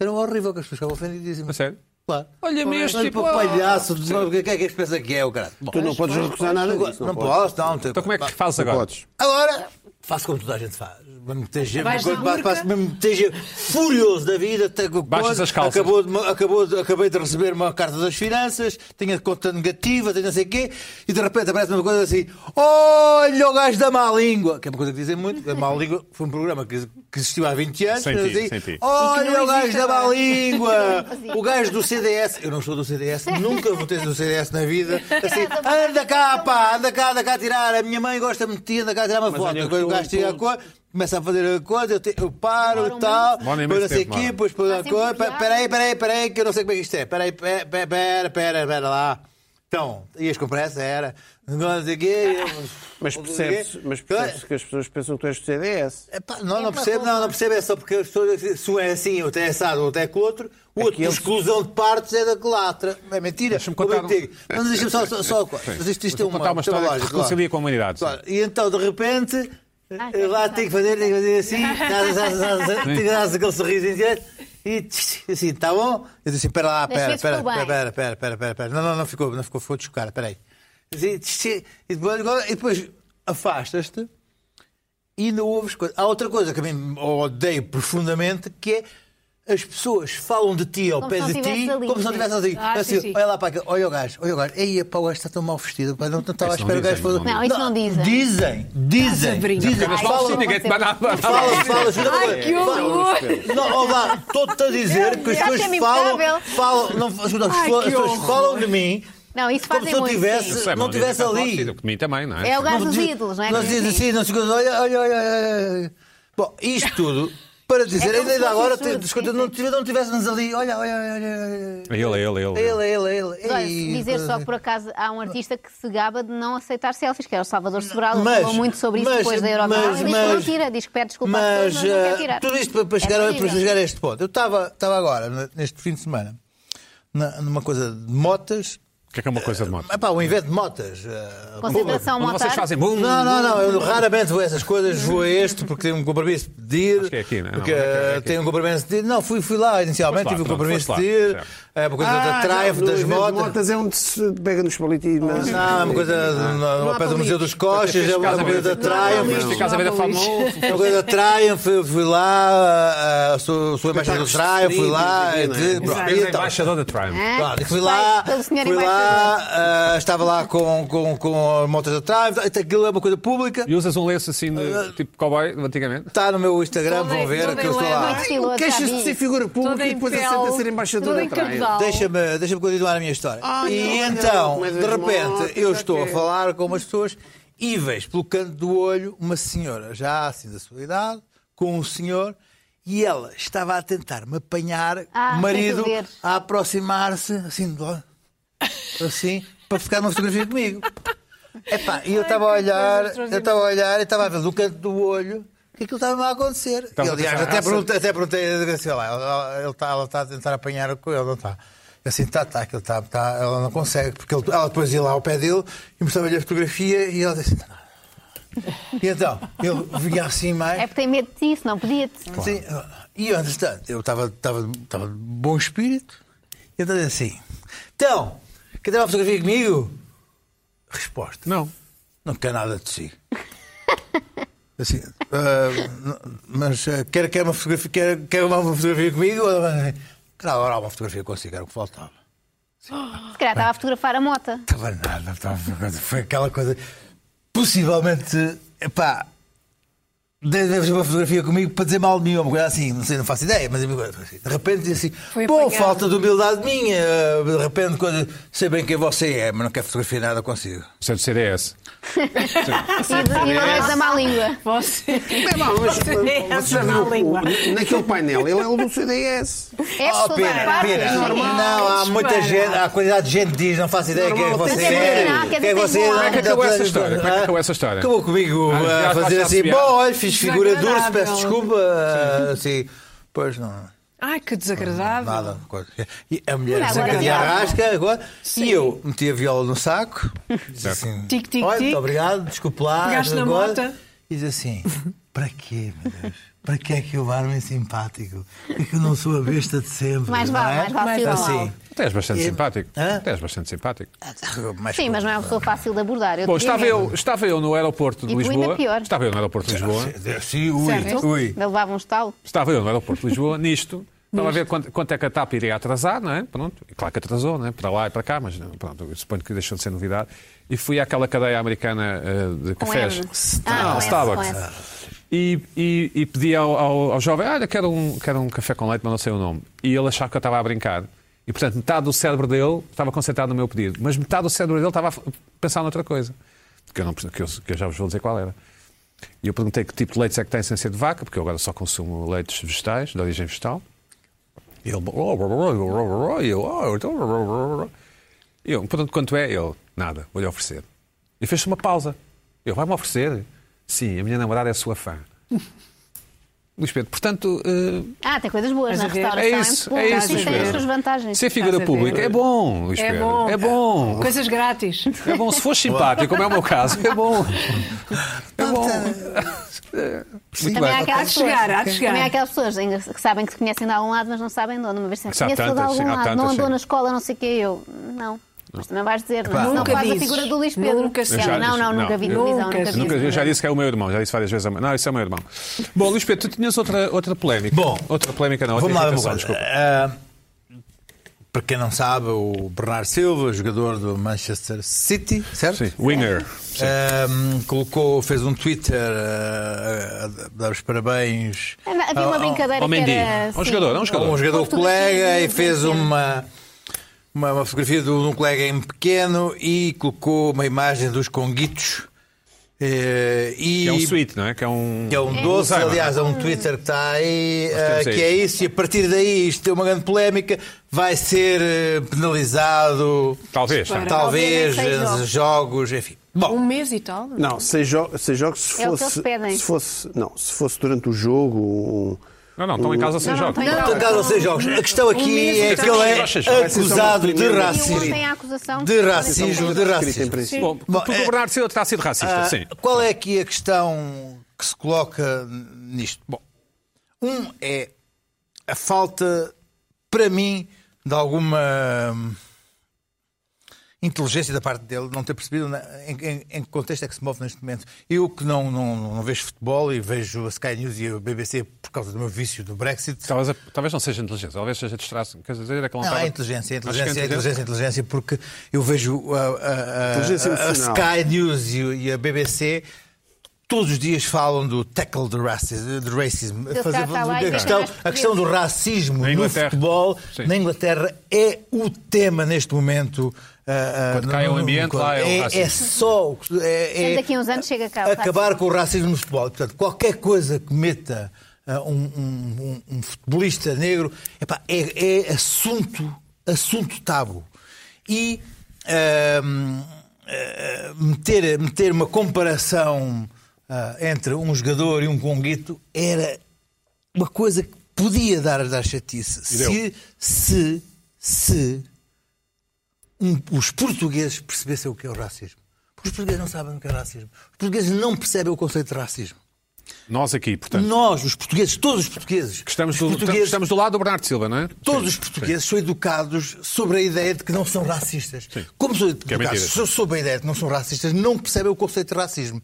D: Era um horrível que as pessoas ficavam ofendidíssimas.
A: A sério?
D: Claro.
A: Olha-me este
D: Olha
A: tipo,
D: para o
A: ah.
D: palhaço, o que é que este pensa que é o cara? Bom,
E: Tu não podes recusar nada disso.
D: não
E: podes.
D: posso, não.
A: Então como é que fazes
E: Não
A: agora?
E: podes.
D: Agora, faço como toda a gente faz. Mesmo que esteja,
B: Vais
D: quando
B: na
D: passo-
B: murca?
D: passo- mesmo que esteja furioso da vida, até com-
A: Baixas as calças.
D: Acabou de, acabou de- acabei de receber uma carta das finanças, tenho a conta negativa, tenho não sei o quê, e de repente aparece uma coisa assim: olha o gajo da má língua, que é uma coisa que dizem muito. A má língua foi um programa que, que existiu há 20 anos.
A: Sem
D: mas
A: ti,
D: assim,
A: sem ti.
B: E que não
D: Olha o gajo
B: existe
D: da má
B: agora.
D: língua, o gajo do CDS. Eu não sou do CDS, nunca votei no CDS na vida. Assim, anda cá, pá, anda cá, anda cá a tirar. A minha mãe gosta de ti, anda cá a tirar uma foto.
A: olha,
D: Agora o
A: tu-
D: gajo tira a
A: tu-
D: cor, começa a fazer a coisa, eu, te- eu paro
C: Demora
D: e tal,
A: Demora
D: depois
A: imenso
D: não
A: tempo,
D: sei o quê,
A: demora.
D: depois pôr a
C: Está
D: cor.
C: sempre
D: Pe-
C: a
D: Peraí, peraí, peraí, que eu não sei como é que isto é. Peraí, pe- pe- pera, pera, pera lá. Então, ias com pressa, era. Não sei o quê. eu-
E: Mas
D: não sei o
E: percebes,
D: quê.
E: mas percebes que as pessoas pensam que tu és do CDS.
D: Epá, não, não percebo, não, não percebo, é só porque as pessoas, se um é assim, outro é assado, outro é com o outro, O outro, por exclusão de partes, é da colatra. É mentira.
A: Deixa-me
D: Como é
A: contar
D: que digo? Mas deixa-me só, só, só uma coisa. Mas isto, isto é
A: Vou
D: uma,
A: contar uma história que
D: lógica,
A: reconcilia com a humanidade.
D: Claro. E então, de repente,
C: Ah,
D: eh, lá
C: quero
D: tem que fazer, tem que fazer assim, dá- dá- dá- dá- tem que dar aquele sorriso em diante, e tch, assim, tá bom? Eu disse assim, pera lá,
C: Deixa eu
D: pera,
C: ver se
D: pera,
C: ficou
D: pera,
C: bem.
D: pera, pera, pera, pera, pera. Não, não, não ficou, não ficou, ficou de chocar, peraí. E tch, assim, e depois, agora- e depois afastas-te e ainda ouves coisas. Há outra coisa que a mim odeio profundamente que é. As pessoas falam de ti ao
C: Como
D: pé
C: se não
D: de ti
C: estivesse ali,
D: como se não
C: sim.
D: estivessem ali.
F: Ah, sim,
D: assim,
F: sim.
D: olha lá para aquele, olha o gajo, olha o gajo. Ei, pá, o gajo está tão mal vestido, pá, não não estava à
A: Isso não
D: espera que o gajo
A: dizem,
D: fosse.
C: Não, isso não dizem.
D: Dizem, dizem,
B: Estás a
D: dizem.
B: brincar.
D: mas
C: Ai,
D: falam-
A: assim,
C: sim, ninguém te dá nada.
D: Fala,
A: é
D: fala, jura
F: Ai,
D: coisa.
F: que horror!
D: Não, ó lá, estou-te a dizer que as
C: Acho
D: pessoas
C: que é
D: falam,
C: impecável.
D: falam, não, escuta, as
F: Ai,
D: pessoas-
F: que
D: as pessoas
F: horror.
D: falam de mim
C: Não, isso
D: como
C: fazem
D: se eu
C: muito.
D: tivesse,
C: sim.
A: Sei,
D: não
A: mas ninguém
D: tivesse
A: está
D: ali.
A: mal, sim, Por mim também, não é?
C: É o gajo
D: Não
C: dos
D: diz-
C: ídolos, não é?
D: Não
C: Que
D: diz
C: dizem.
D: assim, não se diz, olha, olha, olha, olha. Bom, isto tudo para dizer,
C: como
D: ainda
C: se fosse
D: agora,
C: um surdo,
D: te- escuta,
C: sim,
D: não
C: sim.
D: tive- não tivéssemos ali, olha, olha, olha, olha.
A: É ele, é ele, é ele.
D: Ele, ele, ele.
C: Mas olha,
D: Ei,
C: dizer só
D: coisa-
C: que por acaso há um artista que se gaba de não aceitar selfies, que era o Salvador Sobral,
D: Mas-
C: ele falou muito sobre isso
D: mas-
C: depois da Eurovisão. Ele
D: mas-
C: diz que não
D: mas-
C: tira, diz que pede desculpa a todos,
D: Mas
C: mas não
D: eh,
C: quer tirar.
D: tudo isto para, para
C: É
D: chegar, a- para
C: terrível.
D: chegar a este ponto. Eu estava estava agora, n- neste fim de semana, na- numa coisa de motas.
A: O que é que é uma coisa de moto?
D: Epá, um evento de motas. eh, público.
C: Concentração
A: Quando vocês
C: motar.
A: fazem boom,
D: Não, não, não, eu raramente vou a essas coisas, vou a este porque tenho um compromisso de ir.
A: que é aqui, não é? Não,
D: Porque
A: é que é
D: eh,
A: aqui.
D: tenho um compromisso de ir. Não, fui, fui lá inicialmente,
A: Foste lá,
D: tive um
A: pronto,
D: compromisso
A: foste
D: de
A: lá,
D: ir.
A: certo.
D: É uma coisa da
E: no
D: drive das
E: evento de
D: motas.
E: motas é onde se pega nos palitos. e- Ah, Mas...
D: Não, é uma coisa no- ao pé do Museu dos Coches, é uma coisa da Triumph.
A: Este caso a ver a
B: Não, não,
A: Fórmula 1.
D: Eu da Triumph, eu fui lá, ah, sou, sou embaixador do Triumph, fui lá,
E: Espetáculos de
D: e-
E: street,
D: pronto,
A: Ele é
D: então,
A: embaixador da Triumph.
C: Hã?
D: pronto, fui
C: Vai,
D: lá,
C: pelo senhor
D: fui
C: embaixador.
D: lá ah, estava lá com, com, com as motos da Triumph, então aquilo é uma coisa pública,
A: E usas um lenço assim,
D: Ah.
A: de, tipo cowboy, antigamente?
D: está Tá no meu Instagram,
F: Toda-
D: vão ver
F: toda
D: que eu estou lá.
F: em lã.
C: É Estiloso,
A: é
E: Queixas
C: sabe?
E: de ser figura pública
F: Toda
E: e depois
F: em
E: aceita
F: pele,
E: ser
F: toda
E: embaixadora
F: em
E: da Triumph.
F: cabedal.
D: Deixa-me deixa continuar a minha história.
E: Ah,
D: e
E: não,
D: então,
E: não, mas
D: de
E: as
D: repente,
E: motos,
D: eu
E: já
D: estou a
E: que-
D: falar com umas pessoas íveis, pelo canto do olho, uma senhora já assim da sua idade, com um senhor, e ela estava a tentar me apanhar,
C: Ah,
D: o marido,
C: sem tu veres.
D: a aproximar-se, assim, de lá, assim, para ficar numa fotografia comigo. Epá, e eu estava a olhar, eu estava a olhar e estava a ver do canto do olho que aquilo estava a acontecer. E,
A: a
D: aliás,
A: pensar,
D: até
A: ah,
D: perguntei, até perguntei assim, olha lá, ela- ele está, ela está a tentar apanhar com ele, não está? Eu Assim, tá, tá, aquilo está, tá, ela não consegue, porque ele- ela depois ia lá ao pé dele e mostrava-lhe a fotografia e ela disse. "Não." E então, ele vinha assim mais.
C: É porque tem medo de ti, se não podia-te.
D: Sim, e eu, entretanto, eu estava estava- estava de bom espírito, e eu estava assim: então, quer ter uma fotografia comigo? Resposta.
A: Não.
D: Não quer nada de si. Assim, ah, não- mas ah, quer, quer, uma fotografia, quer, quer uma fotografia comigo? Claro, agora há uma fotografia consigo, era o que faltava.
C: Se calhar estava a fotografar a mota.
D: Estava nada, estava, foi aquela coisa. Possivelmente, epá, dez vezes uma fotografia comigo para dizer mal de mim, ou uma coisa assim, não sei, não faço ideia, mas assim, de repente diz assim:
F: Foi
D: pô,
F: apanhado."
D: falta de humildade minha, ah, de repente, quando, sei bem quem você é, mas não quero fotografia nada consigo.
A: Isso é do CDS.
C: E, de- e não és da má língua.
F: Você.
E: É bom, mas
F: Você nem
E: mas-
F: acha
E: já viu
F: má
E: o-
F: língua.
E: naquele painel, ele é o do CDS.
C: É
D: Oh,
C: pessoa da
D: pera,
C: parte.
D: pera. Não, há muita
F: Espera.
D: gente, há quantidade de gente que diz, não faço ideia quem é
E: Normal,
D: você.
E: tem
C: que
D: é,
C: ser. Não, quer dizer,
D: quem é
C: tem
D: você.
C: bom ar.
D: não,
C: Como é
A: que acabou essa história? Como é que acabou essa história?
D: Acabou comigo
A: Ah, já
D: a fazer
A: está
D: assim,
A: chateado.
D: bom, olha, fiz figura dura, peço
F: Desagradável.
D: desculpa. ah, Assim, pois não,
F: Ai, que desagradável.
D: nada. coisa. E a mulher
C: Não,
D: agora de
C: agora não.
D: arrasca agora. E eu meti a viola no saco. Diz assim,
F: Tic, tic,
D: olha,
F: tic.
D: muito obrigado, desculpe lá.
F: Pegaste na
D: agora.
F: mota.
D: E diz assim, para quê, meu Deus? Para que é que eu armo é simpático? É que eu não sou a besta de sempre.
C: Mais
D: não
C: vale,
D: é?
C: mais vale ser
D: assim.
C: normal.
A: Tu és bastante
D: E-
A: simpático.
D: Hã?
A: Tu és bastante simpático.
D: Mais
C: Sim, mas não é uma pessoa fácil de abordar. Eu
A: Bom,
C: diria
A: estava
C: mesmo.
A: eu, estava eu no aeroporto de
C: E tu ainda
A: Lisboa.
C: pior.
A: Estava eu no aeroporto de Lisboa.
D: Sim, ui,
F: Certo.
D: ui.
C: Ainda levava um estalo.
A: Estava eu no aeroporto de Lisboa, nisto. Estava a ver quanto, quanto é que a TAP iria atrasar, não é? Pronto, e claro que atrasou, não é? Para lá e para cá, mas não, pronto, eu suponho que deixou de ser novidade. E fui àquela cadeia americana eh, de
C: Com
A: cafés.
C: M.
A: Ah,
C: Ah, com S, com
A: Starbucks.
C: S.
A: E, e, e pedi ao, ao, ao jovem, olha, quero um, quero um café com leite, mas não sei o nome. E ele achava que eu estava a brincar. E, portanto, metade do cérebro dele estava concentrado no meu pedido. Mas metade do cérebro dele estava a f- pensar noutra coisa. Que eu, não, que, eu, que eu já vos vou dizer qual era. E eu perguntei que tipo de leites é que tem sem ser de vaca, porque eu agora só consumo leites vegetais, de origem vegetal. E ele... "Oh, E eu... "Oh, então, e eu, portanto, quanto é? Ele, nada, vou-lhe oferecer. E fez-se uma pausa. Eu, vai-me oferecer? Sim, a minha namorada é sua fã. Luís Pedro, portanto, eh,
C: Ah, tem coisas boas
B: Mas
C: na
B: a ver,
C: restauração.
A: é
C: É
A: isso,
C: muito
A: é
C: bom.
A: isso,
C: Sim,
A: Luís
C: tem as
A: Pedro.
C: suas vantagens.
A: Ser figura
B: Estás a ver?
A: pública é bom, Luís
B: É
A: Pedro.
B: bom.
A: É bom.
B: Coisas grátis.
A: É bom se for simpático, como é o meu caso. É bom. É bom. Muito
C: Também há
A: bem.
C: aquelas
B: Há de chegar, há de
C: pessoas-
B: chegar.
C: Também há aquelas pessoas ainda que sabem que te conhecem de algum lado, mas não sabem de onde. Uma vez sempre
A: Mas há
C: conheço de
A: tantas,
C: algum
A: sim, há
C: lado, não
A: tantas,
C: andou
A: sim.
C: na escola, não sei o que eu. Não. Mas também vais dizer, não, não
B: nunca
C: faz a
B: dizes.
C: figura do Luís Pedro.
B: Nunca
C: Ela,
B: se-
A: Já
C: não,
A: disse,
C: não, nunca
A: não.
C: vi televisão,
B: Nunca
C: nunca
B: se-
A: Nunca,
C: vi.
A: eu já disse que é o meu irmão, já disse várias vezes. a mãe. Não, isso é o meu irmão. Bom, Luís Pedro, tu tinhas outra, outra polémica.
D: Bom,
A: outra polémica não, outra
D: Vamos lá,
A: irritação,
D: vamos
A: desculpa.
D: para quem não sabe, o Bernardo Silva, jogador do Manchester City, certo?
A: Sim, winger.
D: Ahm, colocou, fez um Twitter ah, a dar os parabéns
C: Havia uma brincadeira
A: Ao
C: que
A: Ah, oh, Mendy.
C: era...
A: Ao
C: sim.
A: jogador, é um
D: a um
A: jogador.
D: jogador
C: Fotografia
D: colega
C: de-
D: e fez
C: de-
D: uma, uma, uma fotografia de um colega em pequeno e colocou uma imagem dos conguitos. eh, e
A: Que é um suíte, não é? Que é um,
D: que é um doce,
A: Alzheimer.
D: aliás, é um Twitter que está aí, eh,
A: temos aí.
D: que é isso, e a partir daí isto é uma grande polémica, vai ser eh, penalizado,
A: Talvez. não é?
D: talvez,
C: Talvez em seis
D: eh,
C: jogos.
D: jogos, enfim.
F: Um
D: Bom,
F: mês e tal.
E: Não, seis, jo seis jogos se
C: É o que
E: fosse,
C: eles pedem.
E: se fosse. Não, se fosse durante o jogo. Um,
A: Não, não, estão em casa sem
C: Não, não,
A: jogos.
C: tem-
D: portanto, há seis Então, jogos. A questão aqui
B: mesmo
D: é que
B: também.
D: ele é
A: Vai ser só uma
D: acusado de
E: primeira.
C: E
D: racismo.
C: ontem a acusação...
D: De racismo, de
E: um escrito em
D: racismo.
E: princípio.
A: Bom,
D: Bom,
A: porque
D: é-
A: o Bernardo Silva terá sido racista,
D: Ah,
A: sim.
D: Qual é aqui a questão que se coloca nisto? Bom, um é a falta, para mim, de alguma hum, inteligência da parte dele, não ter percebido na- em, em- em que contexto é que se move neste momento. Eu que não, não, não vejo futebol e vejo a Sky News e a BBC por causa do meu vício do Brexit,
A: Talvez, talvez não seja inteligência, talvez seja distração. Quer dizer, é que ele
D: não,
A: estava-
D: é inteligência, é
A: Acho que
D: inteligência, é inteligência, é inteligência, porque eu vejo a, a- a-
E: Inteligência
D: a- a
E: emocional.
D: Sky News e, o- e a BBC. Todos os dias falam do tackle do racism. Do racism.
C: Ele
D: Fazer-
C: está lá e
D: a,
C: fica
D: questão,
C: mais
D: a questão do racismo
A: Na
D: no
A: Inglaterra.
D: futebol
A: Sim.
D: na Inglaterra é o tema neste momento. ah, ah,
A: Quando cai o ambiente,
D: quando-
A: lá é o
D: é,
A: racismo.
D: só. o que- É, é-
C: Daqui a uns anos chega cá. o
D: acabar com o racismo no futebol. Portanto, qualquer coisa que meta ah, um, um- um- um futebolista negro epá, é, é assunto, assunto tabu. E ahm, ah, meter, meter uma comparação ah, entre um jogador e um conguito era uma coisa que podia dar, dar chatice.
A: E deu.
D: Se, se, se um- os portugueses percebessem o que é o racismo. Porque os portugueses não sabem o que é racismo. Os portugueses não percebem o conceito de racismo.
A: Nós aqui, portanto.
D: Nós, os portugueses, todos os portugueses,
A: É. que Estamos
D: os
A: do,
D: portugueses,
A: estamos do lado do Bernardo Silva, não é?
D: todos
A: Sim,
D: os portugueses são educados sobre a ideia de que não são racistas. Como são educados
A: é mentira.
D: so- sobre a ideia de que não são racistas, não percebem o conceito de racismo.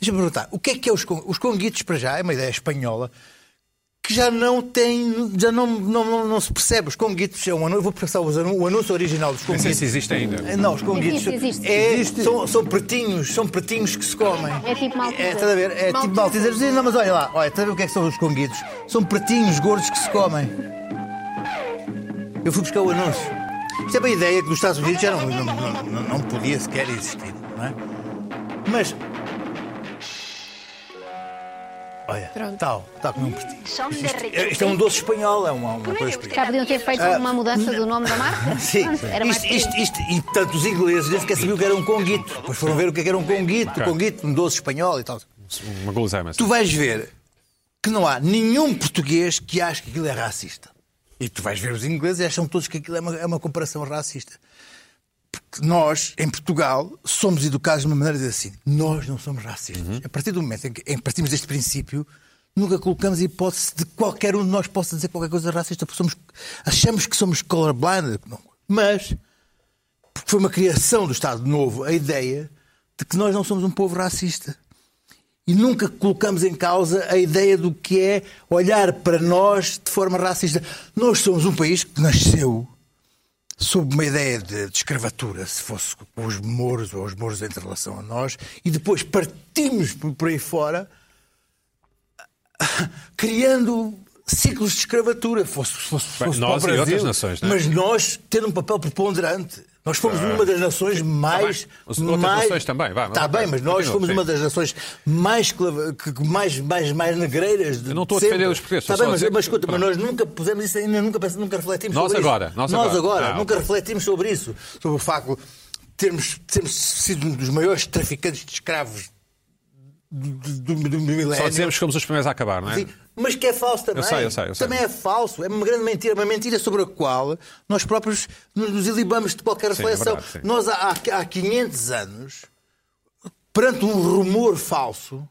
D: Deixa-me perguntar, o que é que é os, con- os conguitos, para já, é uma ideia espanhola, que já não tem, já não, não, não, não se percebe. Os conguitos é um anúncio, eu vou passar os anú- o anúncio original dos
A: Não sei
D: conguitos.
A: se existe ainda.
D: É, Não, os conguitos
C: Existe, existe.
D: é- são, são pretinhos, são pretinhos que se comem.
C: É tipo malteser.
D: É, estás a ver? É tipo
C: Malteser.
D: malteser. Não, mas olha lá, olha, estás a ver o que é que são os conguitos? São pretinhos gordos que se comem. Eu fui buscar o anúncio. Isto é uma ideia que nos Estados Unidos já não, não, não, não- não podia sequer existir, não é? Mas. Olha, tal, tal como um pretinho. Isto, é- isto é um doce espanhol, é uma, uma coisa espanhola.
C: Já podiam ter feito uma mudança do nome da marca?
D: Ah, Sim,
C: Era mais
D: isto, isto, isto, e tanto os ingleses nem sequer sabiam o que era um conguito. Depois foram ver o que é que era um conguito, um conguito, um doce espanhol e tal.
A: Uma Golzheimer.
D: Tu vais ver que não há nenhum português que ache que aquilo é racista. E tu vais ver os ingleses e acham todos que aquilo é uma, é uma comparação racista. Porque nós, em Portugal, somos educados de uma maneira de dizer assim: nós não somos racistas. A partir do momento em que em que partimos deste princípio, nunca colocamos a hipótese de qualquer um de nós possa dizer qualquer coisa racista, porque somos, achamos que somos colorblind. Não. Mas porque foi uma criação do Estado Novo a ideia de que nós não somos um povo racista. E nunca colocamos em causa a ideia do que é olhar para nós de forma racista. Nós somos um país que nasceu sob uma ideia de, de escravatura, se fosse com os mouros ou os mouros em relação a nós, e depois partimos por por aí fora criando ciclos de escravatura, fosse, fosse,
A: Bem,
D: fosse
A: nós
D: para o
A: e
D: Brasil,
A: outras nações, não é?
D: mas nós tendo um papel preponderante. Nós fomos uma das nações mais.
A: As Tá outras
D: mais-
A: nações também, vá,
D: Está
A: ok,
D: bem, mas nós
A: continua,
D: fomos
A: sim.
D: uma das nações mais, clava- que- que mais, mais, mais negreiras. de
A: Eu não estou a
D: sempre.
A: defender os portugueses,
D: Está
A: estou
D: bem,
A: só a
D: mas,
A: dizer que-
D: mas escuta, mas
A: pronto.
D: nós nunca pusemos isso, ainda nunca, pensamos, nunca refletimos
A: Nós
D: sobre
A: agora,
D: isso.
A: nós agora.
D: agora.
A: Ah,
D: nunca
A: ok.
D: refletimos sobre isso. Sobre o facto de termos, termos sido um dos maiores traficantes de escravos do, do- do milénio.
A: Só dizemos que fomos os primeiros a acabar, não é?
D: É, Sim, Mas que é falso também.
A: sei, eu sei, eu sei.
D: Também é falso. É uma grande mentira, uma mentira sobre a qual nós próprios nos nos ilibamos de qualquer
A: Sim,
D: reflexão.
A: é verdade, sim.
D: nós, há, há- há 500 anos, perante um rumor falso,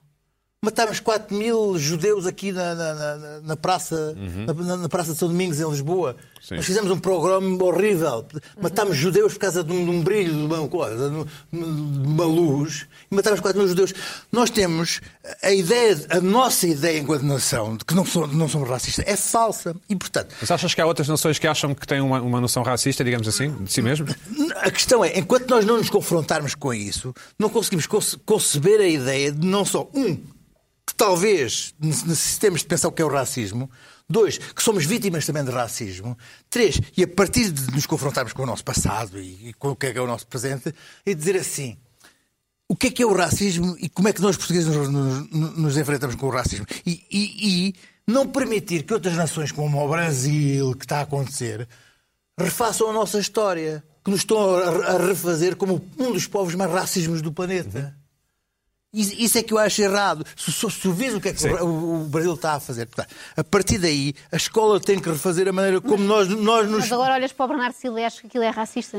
D: matámos 4 mil judeus aqui na, na- na- na- na praça, na, na Praça de São Domingos, em Lisboa.
A: Sim.
D: Nós fizemos um programa horrível. Matámos judeus por causa de um, de um brilho, de uma, coisa, de um- de uma luz. E matámos 4 mil judeus. Nós temos a ideia, a nossa ideia enquanto nação, de que não somos, não somos racistas, é falsa. E, portanto,
A: Mas achas que há outras nações que acham que têm uma, uma noção racista, digamos assim, de si mesmo?
D: A questão é, enquanto nós não nos confrontarmos com isso, não conseguimos conce- conceber a ideia de não só, um, que talvez ne- necessitemos de pensar o que é o racismo, dois, que somos vítimas também de racismo, três, e a partir de nos confrontarmos com o nosso passado e, e com o que é que é o nosso presente, e dizer assim, o que é que é o racismo e como é que nós portugueses nos, nos- nos enfrentamos com o racismo? E, e- e não permitir que outras nações, como o Brasil, que está a acontecer, refaçam a nossa história, que nos estão a, a refazer como um dos povos mais racismos do planeta.
C: Uhum.
D: Isso, isso é que eu acho errado. Se, se, se vês o que é que o, o Brasil está a fazer. Portanto, a partir daí, a escola tem que refazer a maneira como nós, nós nos
C: Mas agora olhas para o Bernardo Silva e achas que aquilo é racista.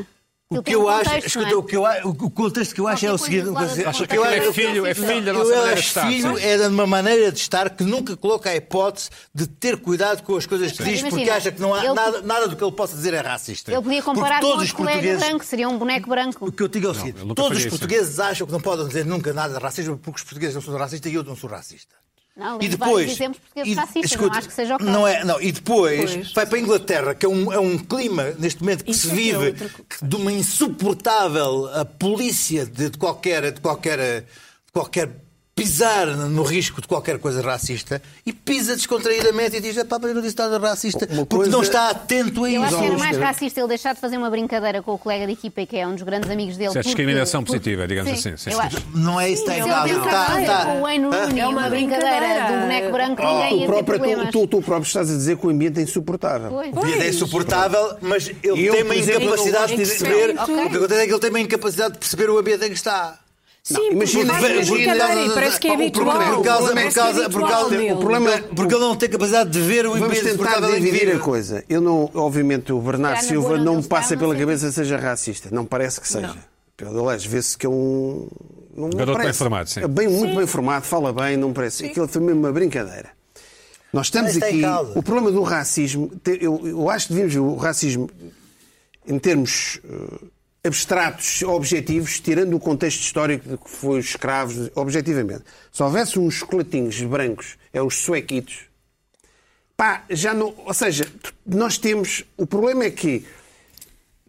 D: o
C: Aquilo
D: que
C: tem um
D: eu acho,
C: contexto, não é?
D: escuta, o que eu a- o- o contexto que eu acho é o
C: Qualquer
D: seguinte,
C: coisa isolada
D: o que
C: do
D: eu- o que eu
C: contexto.
D: acho-
A: é filho, é filho da nossa
D: eu
A: maneira de
D: acho
A: estar.
D: filho
A: sabes?
D: é de uma maneira de estar que nunca coloca a hipótese de ter cuidado com as coisas que
C: Mas
D: diz porque
C: imagina,
D: acha que não há
C: ele-
D: nada, nada do que ele possa dizer é racista.
C: Ele podia comparar
D: Porque
C: com
D: todos os
C: outro colega
D: portugueses
C: branco, seria um boneco branco.
D: o que eu digo é o
A: eu
D: seguinte:
A: nunca
D: todos
A: faria
D: os
A: isso.
D: portugueses acham que não podem dizer nunca nada de racismo porque os portugueses não são racistas e eu não sou racista.
C: Não,
D: e
C: lembro
D: depois.
C: vários exemplos portugueses
D: e-
C: racistas, é não acho que seja o caso.
D: Não é, não, e depois
F: Pois.
D: vai para a Inglaterra, que é um, é um clima neste momento que se
B: Isso é que é
D: vive
B: outra co-
D: que- de uma insuportável a polícia de, de qualquer. De qualquer, de qualquer pisar no risco de qualquer coisa racista e pisa descontraídamente e diz: "Epá, mas eu não disse nada racista
E: Uma
D: porque não
E: coisa-
D: está atento a
C: Eu
D: isso.
C: acho que era mais racista ele deixar de fazer uma brincadeira com o colega de equipa, que é um dos grandes amigos dele.
A: Isso é
C: porque-
A: discriminação
C: porque-
A: positiva, digamos
C: Sim,
A: assim, sim.
C: Eu acho.
D: Não é isso que está
C: Se ele
D: em causa. Está-
C: brincar
D: está-
C: com o Wayne Rooney,
F: É uma
C: uma brincadeira
F: brincadeira.
C: de um boneco branco, ninguém
E: Tu
C: ia ter
E: próprio, tu,
C: problemas.
E: tu, tu próprio estás a dizer que o ambiente é insuportável.
C: Pois.
D: O Vida é insuportável, mas ele
E: Eu,
D: tem uma
E: por exemplo,
D: incapacidade
F: eu-
D: de
F: eu-
D: perceber.
F: Ok.
D: O que acontece é que ele tem uma incapacidade de perceber o ambiente em que está.
B: Sim,
E: imagina-
B: porque faz uma
E: imagina-
B: brincadeira e parece que é
E: o
B: habitual.
E: problema-
D: Por
E: o
D: causa,
E: problema é
D: por
E: que-
D: causa, por causa,
E: o problema é-
D: porque ele não tem capacidade de ver um o
E: Vamos
D: ambiente é
E: tentar
D: insuportável em que
E: dividir a
D: vive.
E: coisa. Eu não, obviamente, o Bernardo
C: Será na boa
E: Silva
C: onde
E: não
C: ele
E: me passa
C: está,
E: pela
C: não sei.
E: cabeça que seja racista. Não parece que seja. Pelo aliás, vê-se que é um. Não
A: Garoto bem
E: parece.
A: formado, sim.
E: É Bem, muito bem formado, fala bem, não parece. Aquilo foi mesmo uma brincadeira. Nós estamos
D: Mas tem
E: aqui.
D: causa.
E: O problema do racismo, te- eu, eu acho que devíamos ver o racismo em termos eh, abstratos, objetivos, tirando o contexto histórico de que foi os escravos, objetivamente. Se houvesse uns chocolatinhos brancos, é os suequitos, pá, já não. Ou seja, t- nós temos. O problema é que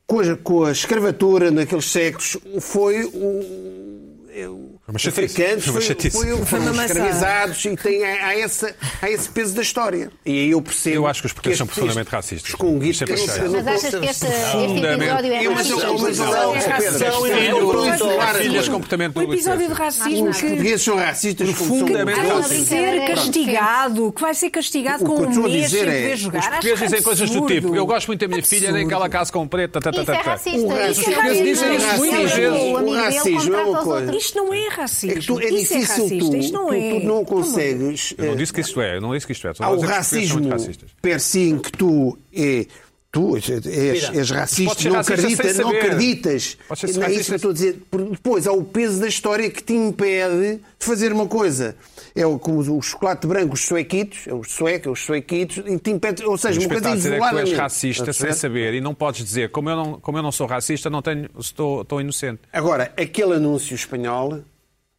E: com a, com a escravatura naqueles séculos foi o.
A: Foi uma
E: Os
A: chatice.
E: africanos
A: Foi uma
E: foi, um
A: chatice.
E: foi,
B: Foi uma
E: foram
B: maçã.
E: escravizados e tem, há, há essa, há esse peso da história. E aí eu percebo.
A: Eu acho que os portugueses são
E: este-
A: profundamente
E: este-
A: racistas. é
E: Os conguitos.
A: Sempre
E: eu não sei,
A: achei.
E: eu não
C: Mas achas que este, este
A: Fundamento.
C: episódio é
E: Eu, mas eu-
C: racista?
E: eu- mas eu-
D: Não,
E: Pedro,
D: ração e
E: é
D: não
E: muito
D: confronto.
E: claro.
A: Filhas comportamento
B: Um episódio de racismo
E: Os
B: que
E: portugueses são racistas. como são
A: Profundamente
E: todos.
B: vai
A: racistas.
B: ser castigado, que vai ser castigado
E: O
B: com
E: que eu estou
B: um
E: a
B: mês
E: dizer
B: sem
E: é,
B: poder
E: os
B: jogar.
A: Os
B: Acho
A: portugueses dizem coisas do
B: absurdo.
A: tipo: Eu gosto muito da minha filha, nem que ela case com um preto. tá, tá,
C: Isso
A: tá,
C: é
A: tá."
C: racista.
E: O racismo-
C: Isso é
A: Os portugueses
C: racista.
A: dizem isso muitas
C: Ele é
A: vezes.
C: O amigo
E: O racismo
C: dele
E: é uma
C: contrata os
E: coisa.
C: outros.
B: Isto não é racismo.
E: É, que tu, é
B: Isso
E: difícil
B: racista.
E: tu,
B: Isto não
E: tu,
B: é.
E: tu não consegues.
A: Eu não
E: eh,
A: disse que isso é, eu não disse que isto é. Só
E: Há o
A: dizer que os portugueses são
E: racismo
A: muito racistas.
E: per si em que tu é. Tu és, és- és
A: Podes
E: racista,
A: ser
E: não,
A: racista
E: acreditas,
A: sem
E: não
A: saber.
E: acreditas.
A: Podes ser
E: Não é
A: racista
E: isso que eu estou a dizer. Por- Depois há o peso da história que te impede de fazer uma coisa. É o, como o chocolate branco, os suequitos, é o sueco, é os suequitos, e te impede, ou seja,
A: Mas
E: uma
A: espetáculo
E: coisa
A: de dizer é que tu
E: isolada.
A: és
E: Tá
A: racista sem saber e não podes dizer, como eu não, como eu não sou racista, não tenho, estou, estou inocente.
E: Agora, aquele anúncio espanhol.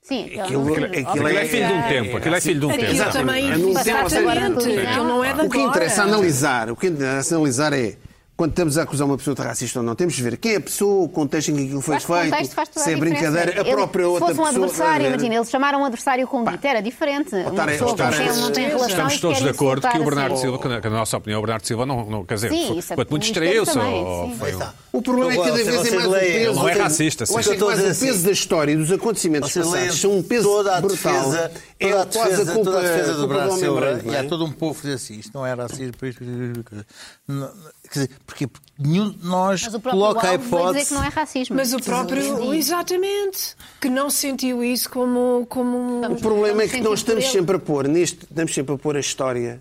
C: Sim, ele
E: Aquilo-
C: não-
E: aquilo-
A: Aquilo é filho de um tempo, aquilo é filho de um
F: Aquilo
A: tempo.
F: também
B: é
E: Não sei,
C: não sei.
F: exatamente. Aquilo não é da
E: O que interessa
F: agora.
E: analisar, o que interessa analisar é quando estamos a acusar uma pessoa de racista ou não, temos de ver quem é a pessoa, o contexto em que aquilo foi
C: Acho que o
E: feito,
C: contexto faz toda
E: se é
C: a diferença.
E: brincadeira, a
C: Ele-
E: própria outra
C: Se fosse um
E: pessoa.
C: adversário,
E: a ver.
C: imagina, eles chamaram um adversário com guita, era diferente. Uma
E: estarem-
C: pessoa com
E: estarem-
C: quem ele não tem relação
A: Estamos
C: e
A: todos de
C: querem
A: acordo que o
C: insultar
A: Bernardo
C: assim.
A: Silva, que na, que na nossa opinião, o Bernardo Silva não, não quer dizer,
C: Sim,
A: foi,
C: isso é
A: quanto muito
C: um mistério
A: distraiu-se
C: também,
A: ou
C: sim.
A: foi um-
E: O problema é que cada
D: Vocês-
E: vez é
D: vocês
E: mais o
D: leem-
E: peso.
A: Não é
E: eu tenho-
A: racista, sim.
E: Eu acho que é
D: Estou a
E: mais o
D: dizer
E: peso
D: assim.
E: da história e dos acontecimentos
D: Vocês leem
E: passados. São um peso
D: toda a
E: brutal.
D: defesa,
E: é
D: toda a
E: quase
D: defesa,
E: a culpa,
D: toda a defesa do
E: culpa do homem
D: Brasil
E: branco, não
D: e
E: é?
D: assim, há todo um povo que diz assim, isto não é racismo, por isso, por isso, por isso. Não- Quer dizer, porquê? Porque nenhum de nós
C: Mas o próprio
D: coloca a
C: Alves vai dizer
D: hipótese.
C: que não é racismo.
F: Mas o próprio,
C: Sim.
F: exatamente, que não sentiu isso como, como
E: O problema é que
C: Estamos sempre
E: nós estamos
C: por ele.
E: sempre a pôr nisto, estamos sempre a pôr a história.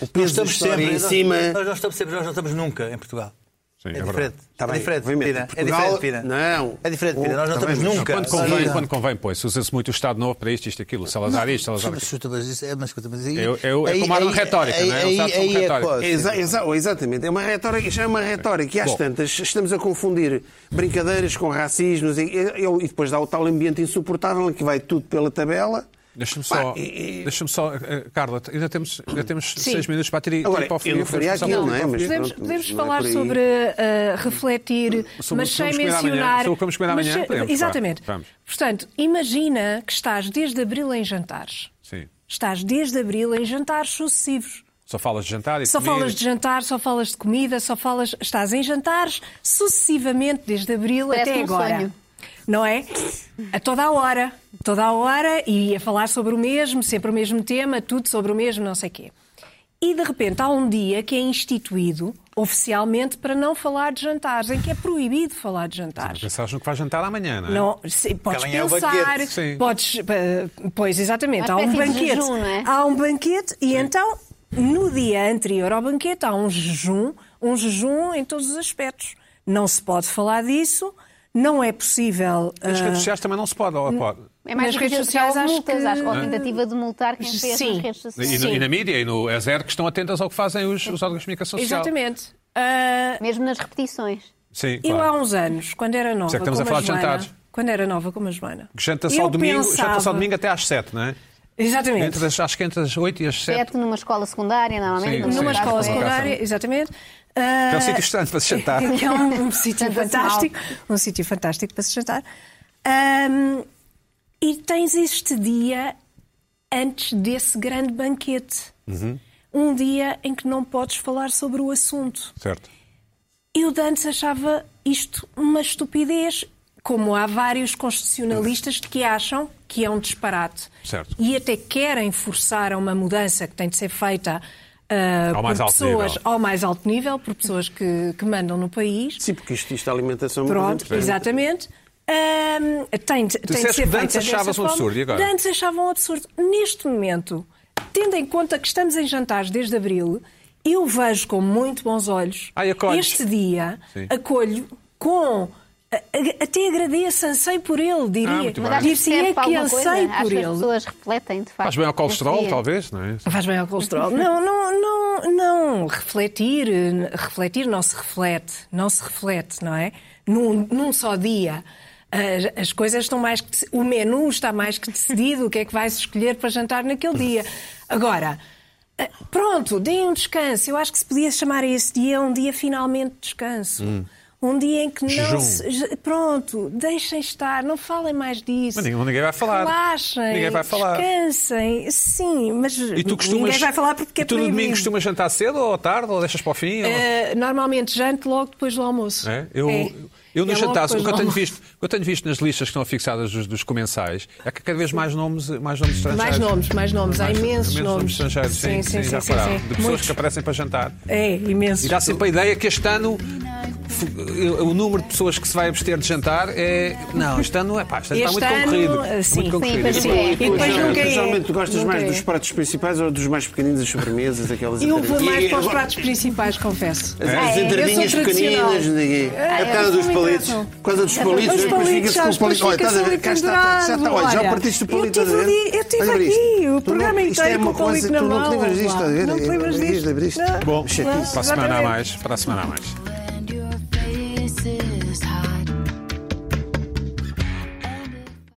E: O
D: Nós
E: peso da
D: estamos
E: história
D: sempre
E: em cima.
D: Nós não estamos sempre, nós não estamos nunca em Portugal.
A: Sim, é
D: é,
A: verdade.
D: diferente.
E: Tá
D: é
E: bem,
D: diferente,
E: obviamente.
D: Pina. É
E: Portugal-
D: diferente, Pina.
E: Não.
D: É diferente, Pina. Nós não
E: Tá bem,
D: estamos
E: mas
D: nunca.
A: Quando convém,
D: Não.
A: quando convém, pois. Usa-se muito o Estado Novo para isto, isto, aquilo. Salazar isto, Salazar
D: Mas,
A: aquilo.
D: escuta, mas isso é, mas, escuta, mas aí,
A: É- é- é
D: aí-
A: tomar uma
D: aí-
A: retórica,
D: aí-
A: não é?
D: aí-
A: Sabe-se como
D: aí é
A: retórica.
D: pose.
E: Exa- exa- oh, exatamente, é uma retórica, já é uma retórica. E às
A: Bom.
E: tantas, estamos a confundir brincadeiras com racismos e, e- e depois dá o tal ambiente insuportável em que vai tudo pela tabela.
A: Deixa-me
E: Pá,
A: só,
E: e- e-
A: deixa-me só, eh, Carla, ainda temos, ainda temos seis minutos para tirar
E: Agora,
A: para o fim.
E: eu não faria
A: Só
E: aquilo,
A: para-
E: não é? Mas
B: Podemos,
E: pronto,
B: podemos
E: não é
B: falar
E: por aí.
B: sobre ah, refletir,
A: Sobre o
B: mas
A: que
B: sem
A: vamos comer amanhã,
B: mencionar.
A: sobre o que vamos comer
B: mas
A: amanhã,
B: sem-
A: podemos,
B: exatamente.
A: claro. Vamos.
B: Portanto, imagina que estás desde abril em jantares.
A: Sim.
B: Estás desde abril em jantares sucessivos.
A: Só falas de jantar e
B: Só
A: comida.
B: falas de jantar, só falas de comida, só falas. Estás em jantares sucessivamente desde abril
C: Parece
B: até
C: um
B: agora.
C: sonho.
B: Não é? A toda a hora. Toda a hora e a falar sobre o mesmo, sempre o mesmo tema, tudo sobre o mesmo, não sei quê. E de repente há um dia que é instituído oficialmente para não falar de jantares, em que é proibido falar de jantares.
A: Pensaste no que vais jantar amanhã, não é? um
B: Não, se- podes
D: amanhã é o
B: pensar,
D: banquete.
A: Sim.
B: podes, eh, pois exatamente,
C: Uma
B: há um
C: espécie de
B: banquete,
C: jejum, não é?
B: há um banquete e então no dia anterior ao banquete há um jejum, um jejum em todos os aspectos. Não se pode falar disso, não é possível.
A: Nas
B: eh,
A: redes sociais também não se pode, ou pode?
C: É mais
B: Nas
C: nas
B: redes
C: redes sociais,
B: sociais,
C: acho
B: acho
C: multas,
B: que-
C: acho que a tentativa de multar quem fez
B: Sim.
C: nas redes
A: Ah. E,
C: sociais.
A: no- e na mídia e no é zero que estão atentas ao que fazem os, os órgãos de comunicação social.
B: exatamente. Eh,
C: Mesmo nas repetições.
A: Sim,
B: eu há
A: claro.
B: uns anos, quando era nova,
A: que estamos
B: como
A: a falar de
B: Joana,
A: jantares.
B: quando era nova como a Joana,
A: Que Janta só,
B: eu
A: ao domingo, janta só
B: pensava-
A: ao domingo até às sete, não é?
B: Exatamente.
A: Entre as, acho que entre as oito e as sete.
C: Sete numa escola secundária, normalmente.
A: Sim,
C: numa
A: sim.
B: Numa
A: Sim,
B: escola
A: sim.
B: secundária, exatamente.
A: É um
B: Ah,
A: sítio estranho para se jantar.
B: que é um, um sítio fantástico. Um sítio fantástico para se jantar. Ahm, e tens este dia antes desse grande banquete.
A: Uhum.
B: Um dia em que não podes falar sobre o assunto.
A: Certo.
B: Eu de antes achava isto uma estupidez, como há vários constitucionalistas que acham que é um disparate.
A: Certo.
B: E até querem forçar a uma mudança que tem de ser feita ah,
A: Ao mais
B: por
A: alto
B: pessoas
A: nível.
B: ao mais alto nível, por pessoas que, que mandam no país.
E: Sim, porque isto, isto da alimentação é uma coisa
B: Pronto,
E: importante.
B: exatamente. Ahm, tem, de- tem de
A: disseste
B: ser
A: que antes
B: feita dessa
A: achavas um
B: forma.
A: absurdo, e agora?
B: De Antes achavam um absurdo. Neste momento, tendo em conta que estamos em jantares desde abril, eu vejo com muito bons olhos
A: Ai, Ah, acolhes.
B: este dia,
A: Sim.
B: acolho com. a- a- Até agradeço, ansei por ele,
A: Ah,
B: diria.
A: muito bem.
C: Mas acho que
B: Dir-se-é
C: serve para
B: que
C: alguma coisa.
B: ansei
C: Acho
B: por
C: que as
B: ele.
C: pessoas refletem, de facto.
A: Faz bem ao colesterol,
C: Esse dia.
A: talvez, não é?
B: Faz bem ao colesterol. Não, não, não, não. Refletir, eh, refletir não se reflete, não se reflete, não é? Num, num só dia. As, as coisas estão mais que. deci- O menu está mais que decidido, o que é que vai-se escolher para jantar naquele dia. Agora, eh, pronto, deem um descanso. Eu acho que se podia chamar esse dia um dia finalmente de descanso. Um dia em que não
A: Hum. Jejum.
B: se. je- Pronto, deixem estar, não falem mais disso.
A: Mas ninguém- ninguém vai falar.
B: Relaxem.
A: Ninguém vai falar.
B: Descansem. Sim, mas
A: E tu costumas.
B: Ninguém vai falar porque
A: e
B: é
A: tu no
B: proibido.
A: domingo costumas jantar cedo ou à tarde ou deixas para o fim? ou-
B: Eh, Normalmente janto logo depois do almoço.
A: É? Eu,
B: É.
A: eu nos
B: É logo
A: jantares, o que
B: depois
A: eu,
B: do
A: tenho
B: almoço.
A: visto, o que eu tenho visto nas listas que estão fixadas dos, dos comensais é que há cada vez mais nomes, mais nomes estrangeiros.
B: Mais nomes, mais nomes. Há imensos nomes.
A: estrangeiros, sim, sim, já repararam, De pessoas
B: Muitos.
A: que aparecem para jantar.
B: É, imensos.
A: E dá sempre a ideia que este ano f- o número de pessoas que se vai abster de jantar é. Não, este ano é pá, este ano
B: Este
A: está muito
B: ano,
A: concorrido.
B: sim.
A: muito
C: Sim,
A: concorrido.
C: mas sim. E
B: depois
E: Pois,
B: nunca
E: tu
B: é.
E: Geralmente tu gostas
B: Nunca
E: mais
B: é. um
E: dos pratos principais ou dos mais pequeninos, as sobremesas, aquelas
B: Eu vou
E: entradinhas?
B: mais para os
E: Agora,
B: pratos principais, confesso.
E: As
C: É, eu sou
E: entradinhas
B: tradicional.
E: pequeninas, ninguém. É por causa
B: eu
E: dos
B: sou
E: palitos.
B: muito assim. É,
E: Por causa dos palitos,
B: Os
E: e depois
B: palitos,
E: fica-se com
B: sabes,
E: o palito.
B: depois
E: Olha, estás a
B: fica-se
E: ver?
B: ali
E: Cá está, já está. Olha, já
B: pendurado.
E: partiste do
B: Olha,
E: palito.
B: eu
E: estás a ver?
B: tive ali- eu tive
E: Olha para
B: aqui,
E: isto.
B: o
E: Tu
B: programa
E: não- Isto é
B: inteiro
E: uma
B: com o palito
E: coisa que
B: na
E: tu não te
B: mão,
E: livras disto,
B: pá.
E: estás a ver?
B: Não te livras disto.
E: livras disto.
B: Não.
E: Bom,
B: Não.
E: chatice.
A: Para a semana há
B: Exatamente.
A: mais, para a semana há mais.